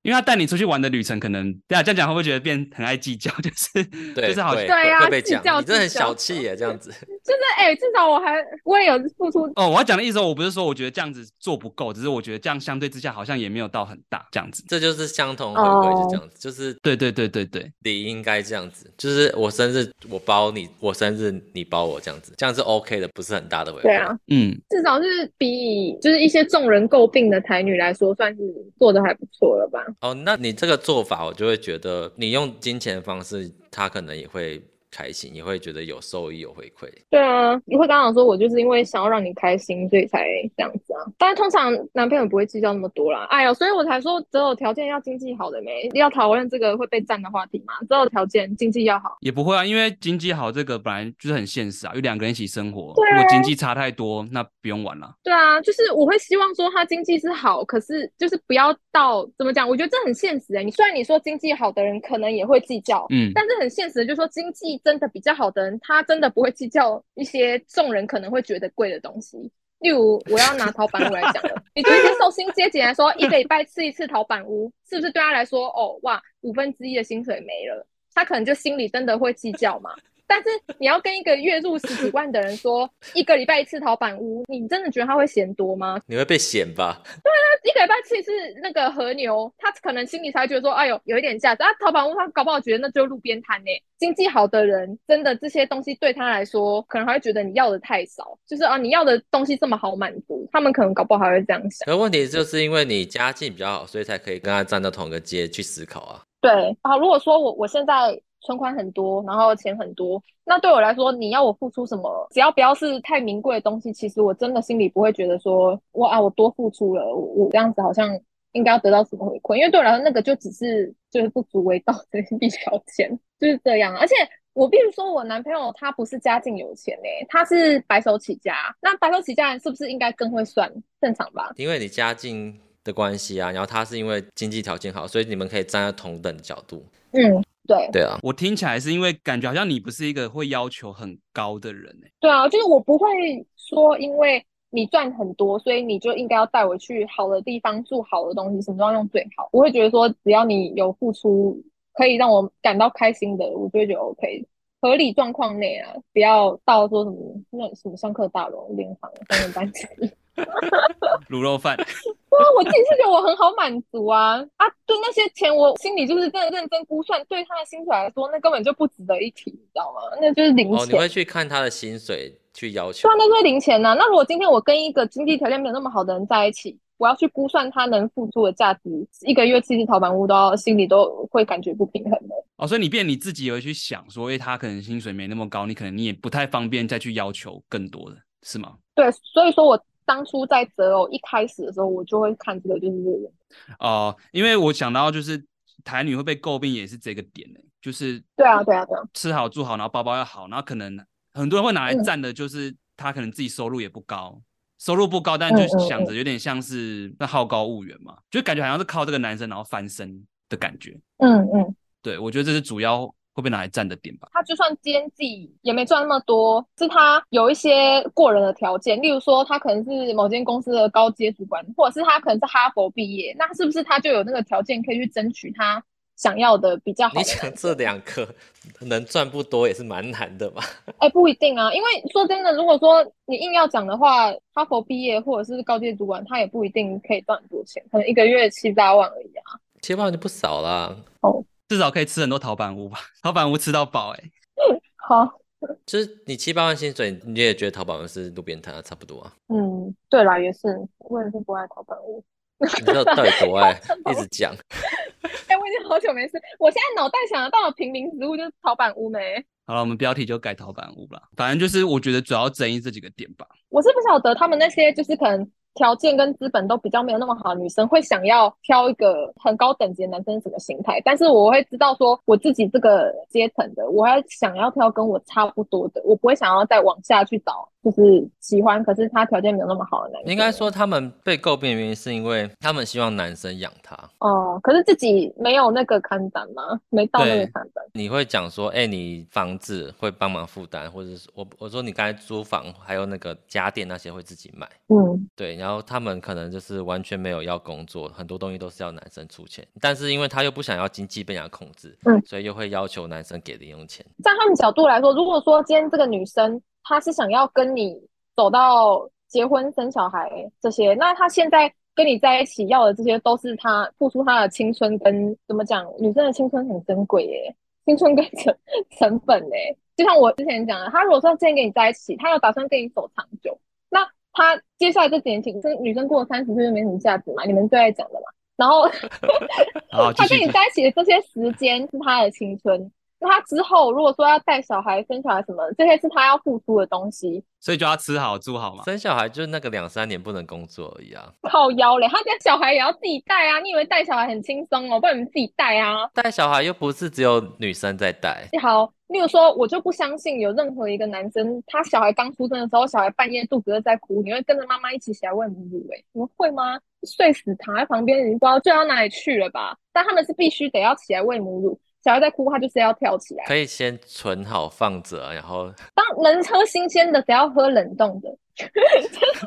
B: 因为他带你出去玩的旅程，可能对啊，这样讲会不会觉得变很爱计较？ 就是
C: 对，
B: 就是好像
C: 会
A: 对啊
C: 会被
A: 计
C: 讲，
A: 较
C: 你真的很
A: 计较
C: 小气欸耶，这样子。
A: 就是哎、欸至少我还我也有付出
B: 哦，我要讲的意思，我不是说我觉得这样子做不够，只是我觉得这样相对之下好像也没有到很大这样子。
C: 这就是相同回
A: 哦
C: 馈，就这样子，就是
B: 对对对对对，
C: 你应该这样子，就是我生日我包你，我生日你包我这样子，这样是 OK 的，不是很大的回馈。
A: 对啊，，
B: 嗯，
A: 至少是比就是一些众人诟病的台女来说，算是做的还不错了吧？
C: 哦，那你这个做法，我就会觉得你用金钱的方式，他可能也会开心，也会觉得有收益有回馈。
A: 对啊，你会刚刚说我就是因为想要让你开心，所以才这样子啊。但是通常男朋友不会计较那么多啦。哎呦，所以我才说择偶条件要经济好的没，要讨论这个会被占的话题嘛。择偶条件经济要好，
B: 也不会啊，因为经济好这个本来就是很现实啊，有两个人一起生活，
A: 对啊
B: 如果经济差太多，那不用玩了。
A: 对啊，就是我会希望说他经济是好，可是就是不要到怎么讲，我觉得这很现实哎、你虽然你说经济好的人可能也会计较，
B: 嗯，
A: 但是很现实的，就是说经济真的比较好的人，他真的不会计较一些众人可能会觉得贵的东西。例如，我要拿陶板屋来讲了，你对一些寿星阶级来说，一个礼拜吃一次陶板屋，是不是对他来说，哦哇，五分之一的薪水没了，他可能就心里真的会计较嘛。但是你要跟一个月入十几万的人说，一个礼拜一次陶板屋，你真的觉得他会嫌多吗？
C: 你会被嫌吧？
A: 一个礼拜吃一次那个和牛，他可能心里才觉得说，哎呦，有一点价值。啊，淘宝屋他搞不好觉得那就是路边摊呢。经济好的人，真的这些东西对他来说，可能还会觉得你要的太少，就是啊，你要的东西这么好满足，他们可能搞不好还会这样想。
C: 可问题就是因为你家境比较好，所以才可以跟他站到同一个阶去思考啊。
A: 对，好，如果说我我现在存款很多，然后钱很多。那对我来说，你要我付出什么，只要不要是太名贵的东西，其实我真的心里不会觉得说，哇，我多付出了，我我这样子好像应该要得到什么回馈，因为对我来说，那个就只是就是不足为道的一条钱，就是这样。啊而且我必须说，我男朋友他不是家境有钱诶、他是白手起家。那白手起家人是不是应该更会算？正常吧？
C: 因为你家境的关系啊，然后他是因为经济条件好，所以你们可以站在同等的角度。
A: 嗯，对。
C: 对啊，
B: 我听起来是因为感觉好像你不是一个会要求很高的人欸
A: 对啊，就是我不会说，因为你赚很多，所以你就应该要带我去好的地方住好的东西，什么都要用最好。我会觉得说，只要你有付出，可以让我感到开心的，我就会觉得 OK，合理状况内啊，不要到说什么那什么上课大楼、联行、三人班之类的。
B: 卤肉饭。
A: 对啊，我自己是觉得我很好满足啊啊！对那些钱，我心里就是真的认真估算，对他的薪水来说，那根本就不值得一提，你知道吗？那就是零
C: 哦，你
A: 钱。
C: 会去看他的薪水去要求
A: 对啊，，那就是零钱呐、那如果今天我跟一个经济条件没有那么好的人在一起，我要去估算他能付出的价值，一个月七十陶板屋都要心里都会感觉不平衡的。
B: 哦，所以你变你自己也会去想说，诶，他可能薪水没那么高，你可能你也不太方便再去要求更多的，是吗？
A: 对，所以说我当初在择偶一开始的时候，我就会看这个就是这个人。
B: 哦、因为我想到就是台女会被诟病也是这个点呢、就是
A: 对啊，对啊，对啊，
B: 吃好住好，然后包包要好，然后可能很多人会拿来
A: 嗯
B: 占的，就是他可能自己收入也不高，收入不高，但就
A: 嗯嗯
B: 想着有点像是那好高骛远嘛，就感觉好像是靠这个男生然后翻身的感觉。
A: 嗯嗯，
B: 对我觉得这是主要会被拿来占的点吧。
A: 他就算奸计也没赚那么多，是他有一些过人的条件，例如说他可能是某间公司的高阶主管，或者是他可能是哈佛毕业，那是不是他就有那个条件可以去争取他想要的比较好的
C: 你
A: 男
C: 讲这两个能赚不多也是蛮难的吧？
A: 哎、不一定啊，因为说真的，如果说你硬要讲的话，哈佛毕业或者是高阶主管，他也不一定可以赚很多钱，可能一个月七八万而已啊。
C: 七八万就不少啦。
B: 至少可以吃很多陶板屋吧，陶板屋吃到饱哎、
A: 好，
C: 就是你七八万薪水，你也觉得淘宝人是路边摊、啊、差不多啊？
A: 嗯，对啦，也是，我也是不爱淘宝屋。
C: 你知道到底多爱一直讲？
A: 哎、我已经好久没吃，我现在脑袋想得到的平民食物就是陶板屋没。
B: 好了，我们标题就改陶板屋了。反正就是我觉得主要争议这几个点吧。
A: 我是不晓得他们那些就是可能条件跟资本都比较没有那么好的女生，会想要挑一个很高等级的男生是什么心态。但是我会知道说我自己这个阶层的，我要想要挑跟我差不多的，我不会想要再往下去找，就是喜欢可是他条件没有那么好的男生。
C: 应该说他们被诟病的原因是因为他们希望男生养他。
A: 哦，可是自己没有那个看板吗？没到那个
B: 对
A: 看板。
C: 你会讲说，哎、你房子会帮忙负担，或者是我我说你刚才租房还有那个家电那些会自己买，
A: 嗯，
C: 对，然后他们可能就是完全没有要工作，很多东西都是要男生出钱，但是因为他又不想要经济被人家控制，
A: 嗯
C: 所以又会要求男生给零用钱。
A: 在他们角度来说，如果说今天这个女生她是想要跟你走到结婚生小孩这些，那她现在跟你在一起要的这些，都是她付出她的青春跟怎么讲，女生的青春很珍贵耶， 青春跟成成本耶。就像我之前讲的，她如果说今天跟你在一起，她有打算跟你走长久，那她接下来这几年，其实女生过了三十岁就没什么价值嘛，你们最爱讲的嘛。然后
B: 好，继
A: 他跟
B: 续
A: 你。在一起的这些时间是他的青春，那他之后如果说要带小孩、生小孩什么，这些是他要付出的东西。
B: 所以就要吃好住好嘛。
C: 生小孩就是那个两三年不能工作而已啊，
A: 靠腰嘞，他家小孩也要自己带啊！你以为带小孩很轻松哦？不然你们自己带啊。
C: 带小孩又不是只有女生在带，
A: 好，例如说，我就不相信有任何一个男生，他小孩刚出生的时候，小孩半夜肚子饿在哭，你会跟着妈妈一起起来喂母乳、欸？你们会吗？睡死躺在旁边，你不知道睡到哪里去了吧？但他们是必须得要起来喂母乳，小孩在哭，他就是要跳起来。
C: 可以先存好放着啊，然后
A: 当能喝新鲜的，谁要喝冷冻的？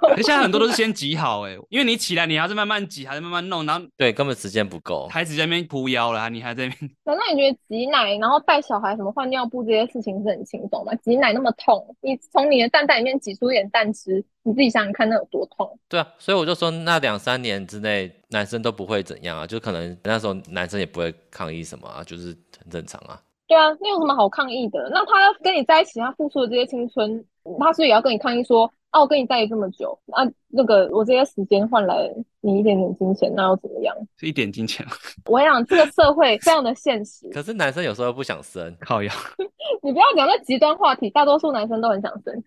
B: 可是现在很多都是先挤好哎、因为你起来你还是慢慢挤，还是慢慢弄，然后
C: 对根本时间不够，
B: 孩子在那边扑腰了，你还在那边。
A: 难道你觉得挤奶，然后带小孩什么换尿布这些事情是很轻松吗？挤奶那么痛，你从你的蛋蛋里面挤出一点蛋汁，你自己想想看那有多痛。
C: 对啊，所以我就说那两三年之内男生都不会怎样啊，就可能那时候男生也不会抗议什么啊，就是很正常啊。
A: 对啊，那有什么好抗议的？那他跟你在一起，他付出的这些青春，他是不是也要跟你抗议说，啊，我跟你在意这么久，啊，那个我这些时间换来你一点点金钱，那又怎么样？
B: 是一点金钱
A: 我想这个社会非常的现实，
C: 可是男生有时候不想生，
B: 靠腰，
A: 你不要讲那极端话题，大多数男生都很想生。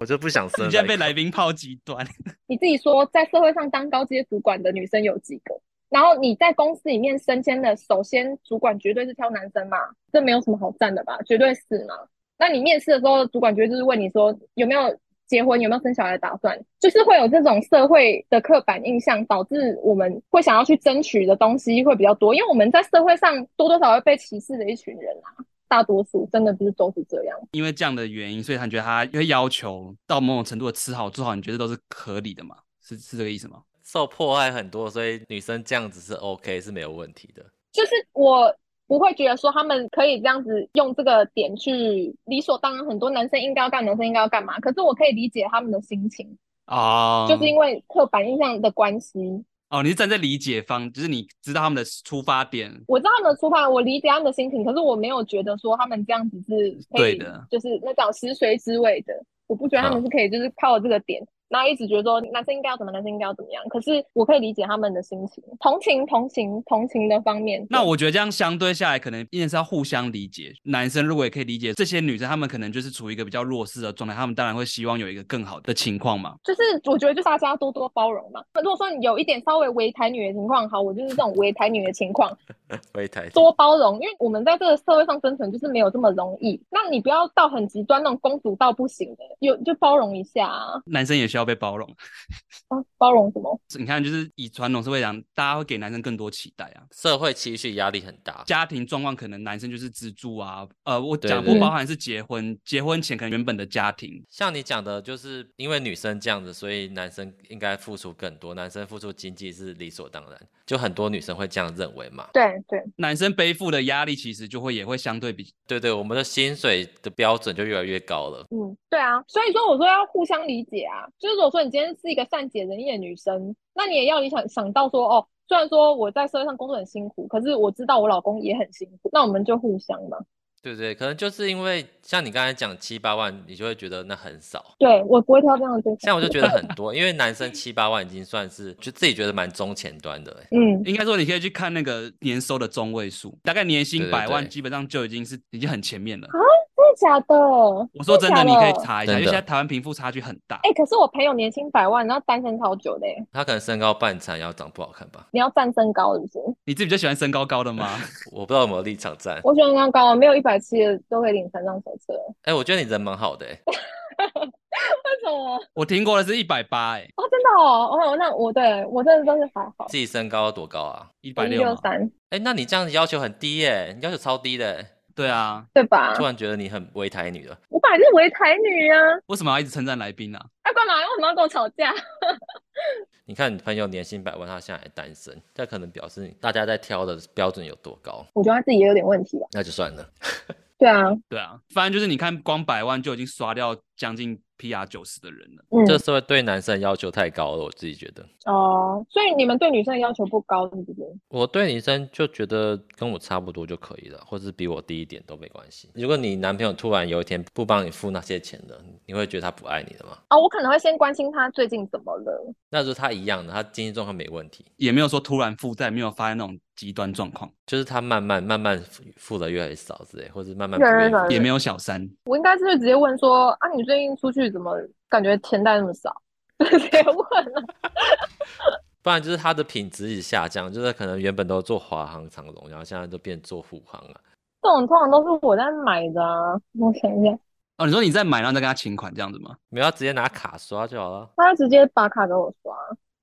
C: 我就不想
B: 你
C: 生。
B: 现在被来宾泡极端，
A: 你自己说，在社会上当高阶主管的女生有几个？然后你在公司里面升迁的，首先主管绝对是挑男生嘛，这没有什么好赞的吧？绝对是嘛。那你面试的时候，主管绝对就是问你说有没有结婚，有没有生小孩的打算，就是会有这种社会的刻板印象，导致我们会想要去争取的东西会比较多，因为我们在社会上多多少少会被歧视的一群人啊，大多数真的不是都是这样。
B: 因为这样的原因，所以他觉得他因为要求到某种程度的吃好做好，你觉得都是合理的嘛？是是这个意思吗？
C: 受迫害很多，所以女生这样子是 OK 是没有问题 的。
A: 就是我不会觉得说他们可以这样子用这个点去理所当然，很多男生应该要干，男生应该要干嘛。可是我可以理解他们的心情，
B: 哦，
A: 就是因为刻板印象的关系。
B: 哦，你是站在理解方，就是你知道他们的出发点，
A: 我知道他们的出发，我理解他们的心情，可是我没有觉得说他们这样子是可以
B: 对的嗯
A: 就是那种食髓知味的。我不觉得他们是可以，就是靠这个点，然后一直觉得说男生应该要怎么，男生应该要怎么样。可是我可以理解他们的心情，同情、同情、同情的方面。
B: 那我觉得这样相对下来，可能一定是要互相理解。男生如果也可以理解这些女生，她们可能就是处于一个比较弱势的状态，她们当然会希望有一个更好的情况嘛。
A: 就是我觉得就是大家多多包容嘛。如果说你有一点稍微为台女的情况，好，我就是这种为台女的情况，
C: 微台
A: 多包容，因为我们在这个社会上生存就是没有这么容易。那你不要到很极端那种公主到不行的，有就包容一下啊，
B: 男生也需要被包容。
A: 啊包容什么？
B: 你看，就是以传统社会讲，大家会给男生更多期待啊。
C: 社会期许压力很大，
B: 家庭状况可能男生就是资助啊，呃，我
C: 对
B: 讲
C: 对
B: 不包含是结婚，结婚前可能原本的家庭，
C: 像你讲的，就是因为女生这样子，所以男生应该付出更多，男生付出经济是理所当然，就很多女生会这样认为嘛。
A: 对对，
B: 男生背负的压力其实就会也会相对比
C: 对对，我们的薪水的标准就越来越高了。
A: 嗯，对啊，所以说我说要互相理解啊，就是如果说你今天是一个善解人意的女生，那你也要你想想到说，哦，虽然说我在社会上工作很辛苦，可是我知道我老公也很辛苦，那我们就互相嘛。
C: 对对，可能就是因为像你刚才讲七八万，你就会觉得那很少。
A: 对我不会挑这样的对象，
C: 像我就觉得很多，因为男生七八万已经算是就自己觉得蛮中前端的欸。
A: 嗯。
B: 应该说，你可以去看那个年收的中位数，大概年
C: 对
B: 薪
C: 对
B: 百万，
C: 对
B: 基本上就已经是已经很前面了。
A: 真的假的？
B: 我说真的，
A: 假
B: 你可
A: 的
B: 以查一下，因
C: 真
B: 为
C: 的
B: 现在台湾贫富差距很大
A: 哎、。可是我朋友年薪百万，然后单身超久的欸，
C: 他可能身高半残，然后长不好看吧？
A: 你要站身高是不是？
B: 你自己比较喜欢身高高的吗？
C: 我不知道有没有立场站。
A: 我喜欢身高啊，没有一百七的都可以领三张手册。
C: 哎、我觉得你人蛮好的、欸，
A: 为什么？
B: 我听过的是一百八，哎，
A: 哦，真的哦，哦，那我对我真的都是还好，
C: 自己身高多高啊？
B: 一百
A: 一
B: 六
A: 六
B: 嘛。
A: 三，
C: 哎、那你这样子要求很低耶、你要求超低的欸、
B: 对啊，
A: 对吧
C: 突？然觉得你很微台女了。
A: 我本来就是为台女啊，
B: 为什么要一直称赞来宾啊？
A: 啊，干嘛？为什么要跟我吵架？
C: 你看你朋友年薪百万，他现在还单身，这可能表示你大家在挑的标准有多高。
A: 我觉得他自己也有点问题吧。
C: 那就算了，
A: 对啊，
B: 对啊，反正就是你看，光百万就已经刷掉将近 PR 九十的人了。
A: 嗯
C: 这，社会对男生的要求太高了，我自己觉得。
A: 哦，所以你们对女生的要求不高，是不是？
C: 我对女生就觉得跟我差不多就可以了，或是比我低一点都没关系。如果你男朋友突然有一天不帮你付那些钱了，你会觉得他不爱你了吗？
A: 哦，我可能会先关心他最近怎么了。
C: 那如果他一样的，他经济状况没问题，
B: 也没有说突然负债，没有发现那种极端状况，
C: 就是他慢慢慢慢付付的越来越少之类，或是慢慢不
A: 越来越
C: 愿意
A: 少
C: 付
B: 也没有小三。
A: 我应该是直接问说啊，你最近出去怎么感觉钱带那么少？直接问啊了。
C: 不然就是他的品质一直下降，就是可能原本都做华航、长荣，然后现在都变做虎航了。
A: 这种通常都是我在买的啊。我想一下，
B: 哦，你说你在买，然后再跟他请款这样子吗？
C: 没有，他直接拿卡刷就好了。
A: 他就直接把卡给我刷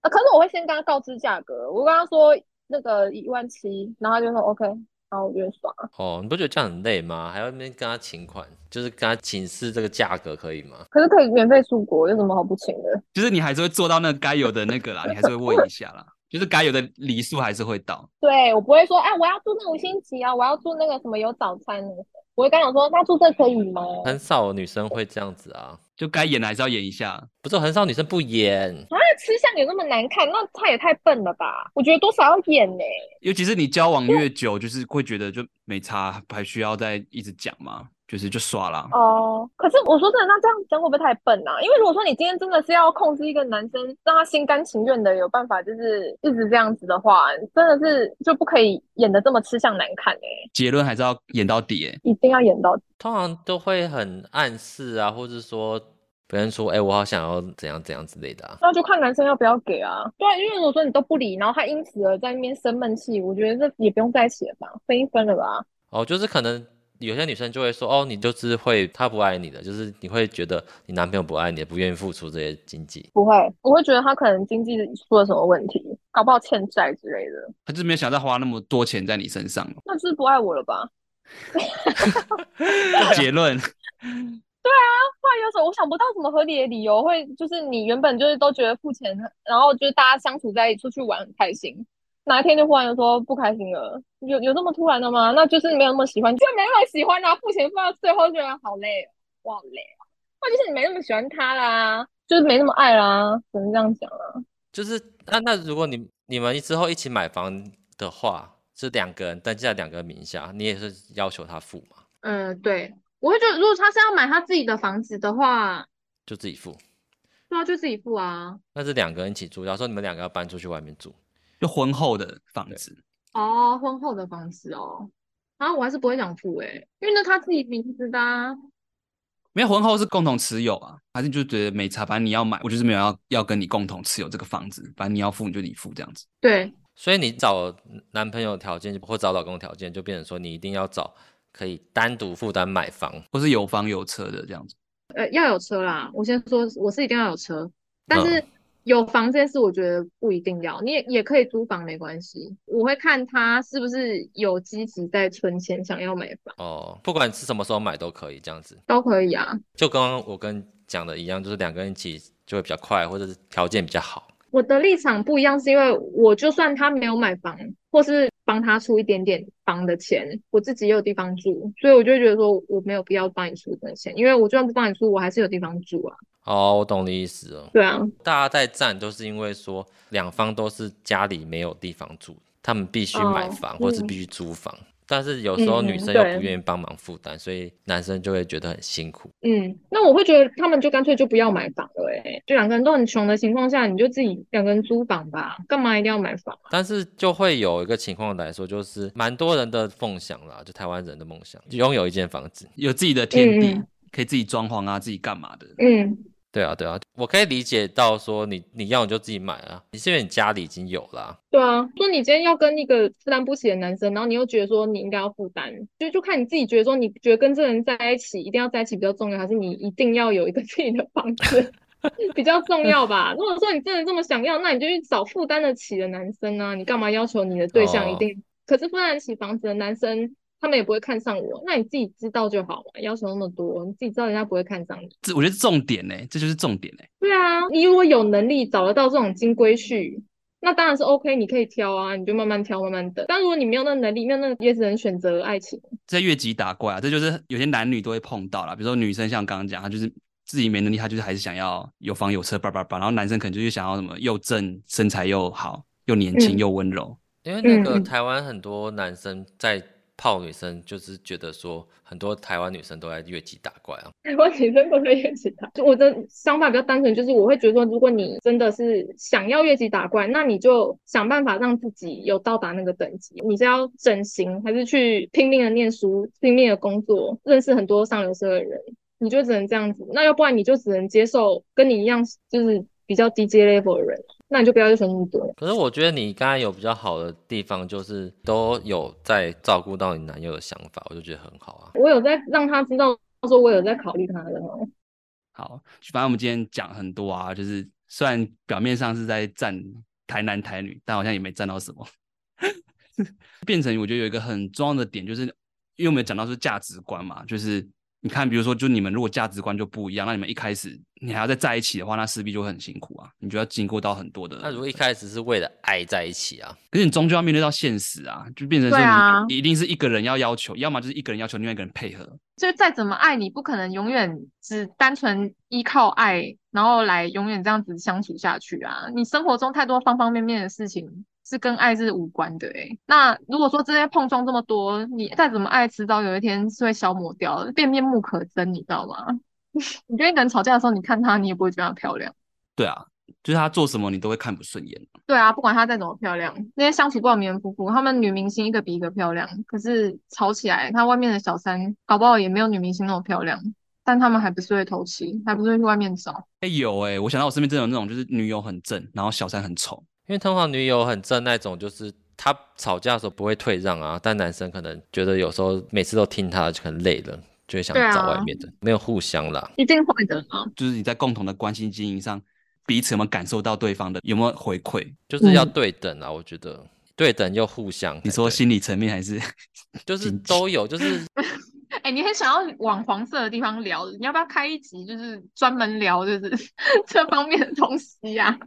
A: 啊，可是我会先跟他告知价格，我跟他说那个一万七，然后他就说 OK，然后我就刷。
C: 哦，你不觉得这样很累吗？还要那边跟他请款，就是跟他请示这个价格可以吗？
A: 可是可以免费出国，有什么好不请的？
B: 就是你还是会做到那个该有的那个啦，你还是会问一下啦， 就是该有的礼数还是会到。
A: 对我不会说，哎，我要住那五星级啊，我要住那个什么有早餐的。我会跟他讲说，那住这可以吗？
C: 很少有女生会这样子啊，
B: 就该演的还是要演一下。
C: 不是很少女生不演，
A: 啊，吃相有那么难看，那他也太笨了吧？我觉得多少要演呢、
B: 尤其是你交往越久，就是会觉得就没差，还需要再一直讲吗？就是就耍啦。
D: 哦，可是我说真的，那这样讲会不会太笨啊？因为如果说你今天真的是要控制一个男生，让他心甘情愿的有办法，就是一直这样子的话，真的是就不可以演的这么吃相难看哎、
B: 结论还是要演到底、欸，
D: 一定要演到
C: 通常都会很暗示啊，或者说别人说，哎、我好想要怎样怎样之类的啊。
D: 那就看男生要不要给啊。对啊，因为如果说你都不理，然后他因此而在那边生闷气，我觉得这也不用在一起了吧，分一分了吧。
C: 哦，就是可能有些女生就会说，哦，你就是会他不爱你的，就是你会觉得你男朋友不爱你，不愿意付出这些经济。
D: 不会，我会觉得他可能经济出了什么问题，搞不好欠债之类的，
B: 他就是没有想再花那么多钱在你身上。
D: 那就是不爱我了吧？
B: 结论，
D: 不然有时候我想不到什么合理的理由会，就是你原本就是都觉得付钱，然后就是大家相处在一起出去玩很开心，哪一天就忽然就说不开心了，有有这么突然的吗？那就是没有那么喜欢，就没那么喜欢，然后付钱付到最后就觉得好累，我好累啊，或者就是你没那么喜欢他啦，就是没那么爱啦，只能这样讲啊啦。
C: 就是那那如果你你们之后一起买房的话，是两个人登记在两个人名下，你也是要求他付嘛，
A: 嗯，对，我会觉得如果他是要买他自己的房子的话，
C: 就自己付。
A: 对啊，就自己付啊。
C: 那是两个人一起住，然后说你们两个要搬出去外面住，
B: 就婚后的房子，
A: 哦，婚后的房子哦，啊，我还是不会想付诶、因为那他自己名字的啊。
B: 没有婚后是共同持有啊，还是你就觉得没差，反正你要买，我就是没有要要跟你共同持有这个房子，反正你要付你就你付这样子。
A: 对，
C: 所以你找男朋友条件或找老公条件，就变成说你一定要找可以单独负担买房。
B: 或是有房有车的这样子。
A: 呃，要有车啦。我先说，我是一定要有车，但
C: 嗯
A: 是有房这件事，我觉得不一定要，你也也可以租房没关系。我会看他是不是有积极在存钱，想要买房
C: 哦，不管是什么时候买都可以这样子，
A: 都可以啊。
C: 就刚刚我跟你讲的一样，就是两个人一起就会比较快，或者是条件比较好。
A: 我的立场不一样，是因为我就算他没有买房，或是帮他出一点点房的钱，我自己也有地方住，所以我就会觉得说我没有必要帮你出这个钱，因为我就算不帮你出，我还是有地方住啊。
C: 哦，我懂你意思了。
A: 对啊，
C: 大家在站都是因为说两方都是家里没有地方住，他们必须买
A: 哦
C: 房、或是
A: 嗯
C: 必须租房。但是有时候
A: 嗯
C: 女
A: 嗯
C: 生又
A: 对
C: 不愿意帮忙负担，所以男生就会觉得很辛苦。
A: 嗯，那我会觉得他们就干脆就不要买房了、欸，就两个人都很穷的情况下，你就自己两个人租房吧，干嘛一定要买房？啊
C: 但是就会有一个情况来说，就是蛮多人的梦想啦，就台湾人的梦想，拥有一间房子。
B: 有自己的天地，
A: 嗯嗯
B: 可以自己装潢啊，自己干嘛的。
A: 嗯，
C: 对啊，对啊，我可以理解到说你你要你就自己买啊，你是因为你家里已经有啦、
A: 对啊，说你今天要跟一个负担不起的男生，然后你又觉得说你应该要负担，就就看你自己觉得说你觉得跟这个人在一起一定要在一起比较重要，还是你一定要有一个 自己的房子比较重要吧？如果说你真的这么想要，那你就去找负担得起的男生啊，你干嘛要求你的对象一
C: 哦
A: 定？可是负担得起房子的男生，他们也不会看上我，那你自己知道就好嘛，要求那么多，你自己知道人家不会看上你。
B: 这我觉得重点呢、这就是重点呢、
A: 对啊，你如果有能力找得到这种金龟婿，那当然是 OK，你可以挑啊，你就慢慢挑，慢慢等。但如果你没有那能力，没有那也只能选择爱情。
B: 在越级打怪啊，这就是有些男女都会碰到啦。比如说女生像刚刚讲，她就是自己没能力，她就是还是想要有房有车，叭叭叭。然后男生可能就是想要什么又正，身材又好，又年轻
A: 嗯
B: 又温柔。
C: 因为那个
A: 嗯嗯
C: 台湾很多男生在泡女生，就是觉得说很多台湾女生都在越级打怪啊。
A: 我女生会不会越级打？就我的想法比较单纯，就是我会觉得说，如果你真的是想要越级打怪，那你就想办法让自己有到达那个等级。你是要整形，还是去拼命的念书、拼命的工作，认识很多上流社会的人？你就只能这样子，那要不然你就只能接受跟你一样就是比较低阶 level 的人，那你就不要要求那么多。
C: 可是我觉得你刚才有比较好的地方，就是都有在照顾到你男友的想法，我就觉得很好啊。
A: 我有在让他知道，说我有在考虑他的哦。
B: 好，反正我们今天讲很多啊，就是虽然表面上是在站台男台女，但好像也没站到什么。 变成我觉得有一个很重要的点，就是因为我们有讲到说价值观嘛，就是你看，比如说，就你们如果价值观就不一样，那你们一开始你还要再在一起的话，那势必就会很辛苦啊，你就要经过到很多的。
C: 那如果一开始是为了爱在一起啊，
B: 可是你终究要面对到现实啊，就变成说
A: 对啊
B: 你一定是一个人要要求，要么就是一个人要求另外一个人配合，
A: 就再怎么爱你，不可能永远只单纯依靠爱，然后来永远这样子相处下去啊！你生活中太多方方面面的事情是跟爱是无关的哎、那如果说这些碰撞这么多，你再怎么爱，迟早有一天是会消磨掉的，变面目可憎，你知道吗？ 你跟一个人吵架的时候，你看她，你也不会觉得她漂亮。
B: 对啊，就是她做什么你都会看不顺眼。
A: 对啊，不管她再怎么漂亮，那些相处不好的名人夫妇，他们女明星一个比一个漂亮，可是吵起来，她外面的小三搞不好也没有女明星那么漂亮，但他们还不是会偷吃，还不是会去外面找。
B: 哎、有哎、我想到我身边真的有那种就是女友很正，然后小三很丑。
C: 因为通常女友很正那种，就是她吵架的时候不会退让啊，但男生可能觉得有时候每次都听她就很累了，就会想
A: 对啊
C: 找外面的，没有互相啦。
A: 一定会的啊！
B: 就是你在共同的关心经营上，彼此有没有感受到对方的有没有回馈？
C: 就是要
A: 嗯
C: 对等啊，我觉得对等又互相。
B: 你说
C: 对
B: 心理层面还是？
C: 就是
B: 经济
C: 都有，就是
A: 哎、你很想要往黄色的地方聊，你要不要开一集，就是专门聊就是 这方面的东西呀、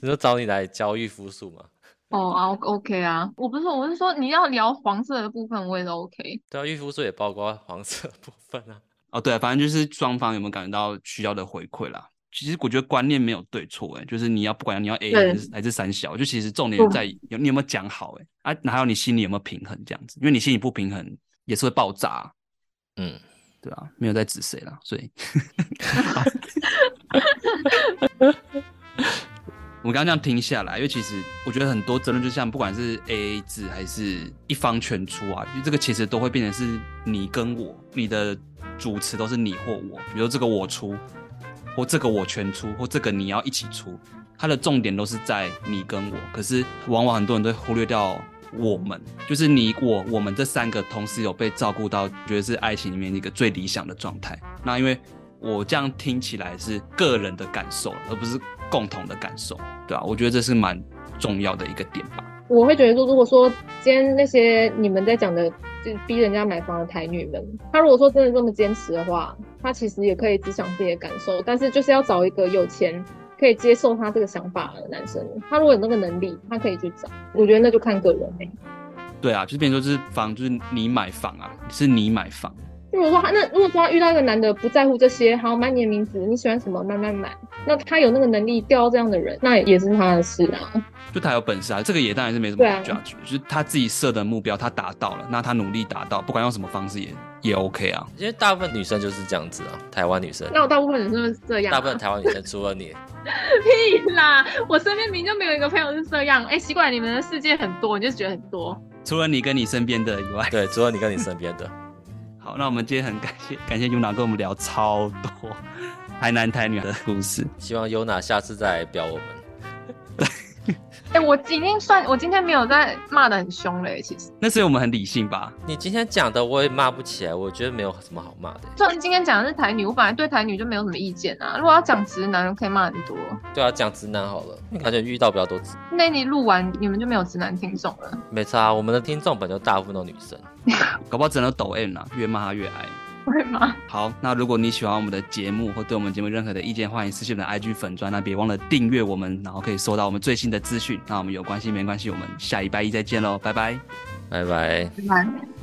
C: 你说找你来教育夫术嘛？
A: 哦啊，OK 啊，我不是，我是说你要聊黄色的部分，我也是 OK。
C: 对啊，御夫术也包括黄色的部分 啊。
B: 哦，对、反正就是双方有没有感觉到需要的回馈啦。其实我觉得观念没有对错，哎，就是你要不管你要 A
A: 对
B: 还是还是三小，就其实重
A: 嗯
B: 点在有你有没有讲好，哎，啊，还有你心里有没有平衡这样子，因为你心里不平衡也是会爆炸啊，
C: 嗯，
B: 对啊，没有在指谁啦，所以我们刚刚这样听下来，因为其实我觉得很多争论，就像不管是 A A 制还是一方全出啊，因为这个其实都会变成是你跟我，你的主持都是你或我，比如这个我出，或这个我全出，或这个你要一起出，它的重点都是在你跟我，可是往往很多人都会忽略掉我们，就是你我我们这三个同时有被照顾到，觉得是爱情里面一个最理想的状态。那因为我这样听起来是个人的感受，而不是共同的感受，对啊，我觉得这是蛮重要的一个点吧。
E: 我会觉得说，如果说今天那些你们在讲的，就是逼人家买房的台女们，她如果说真的这么坚持的话，她其实也可以只想自己的感受，但是就是要找一个有钱可以接受她这个想法的男生。他如果有那个能力，他可以去找。我觉得那就看个人、欸、
B: 对啊，就是变成说就是房，就是你买房啊，是你买房，
E: 如果说他那如果说他遇到一个男的不在乎这些，好买你的名字，你喜欢什么慢慢买，那他有那个能力钓到这样的人，那也是他的事啊。
B: 就他有本事啊，这个也当然是没什么
E: 对啊
B: 好 judge，、就是他自己设的目标他达到了，那他努力达到，不管用什么方式也也 OK 啊。
C: 因为大部分女生就是这样子啊，台湾女生，
A: 那我大部分人是不是这样、啊？
C: 大部分台湾女生除了你，
A: 屁 啦！我身边明明就没有一个朋友是这样。哎、奇怪，你们的世界很多，你就觉得很多。
B: 除了你跟你身边的以外，
C: 对，除了你跟你身边的，
B: 好，那我们今天很感谢感谢 Yuna 跟我们聊超多台南台女的故事。
C: 希望优娜下次再来表我们。
A: 哎、我今天算，我今天没有在骂的很凶嘞、其实，
B: 那所以我们很理性吧？
C: 你今天讲的我也骂不起来，我觉得没有什么好骂的。
A: 虽然今天讲的是台女，我本来对台女就没有什么意见啊。如果要讲直男，我可以骂很多。
C: 对啊，讲直男好了，感觉遇到比较多直，
A: 那你录完，你们就没有直男听众了。
C: 没差啊、我们的听众本就大部分都女生。
B: 搞不好只能抖 M 啦，越骂他越矮。
A: 会吗？
B: 好，那如果你喜欢我们的节目或对我们节目任何的意见，欢迎私信我们的 IG 粉砖，那别忘了订阅我们，然后可以收到我们最新的资讯。那我们有关系没关系，我们下礼拜一再见喽，拜拜。
C: 拜拜。
A: 拜拜。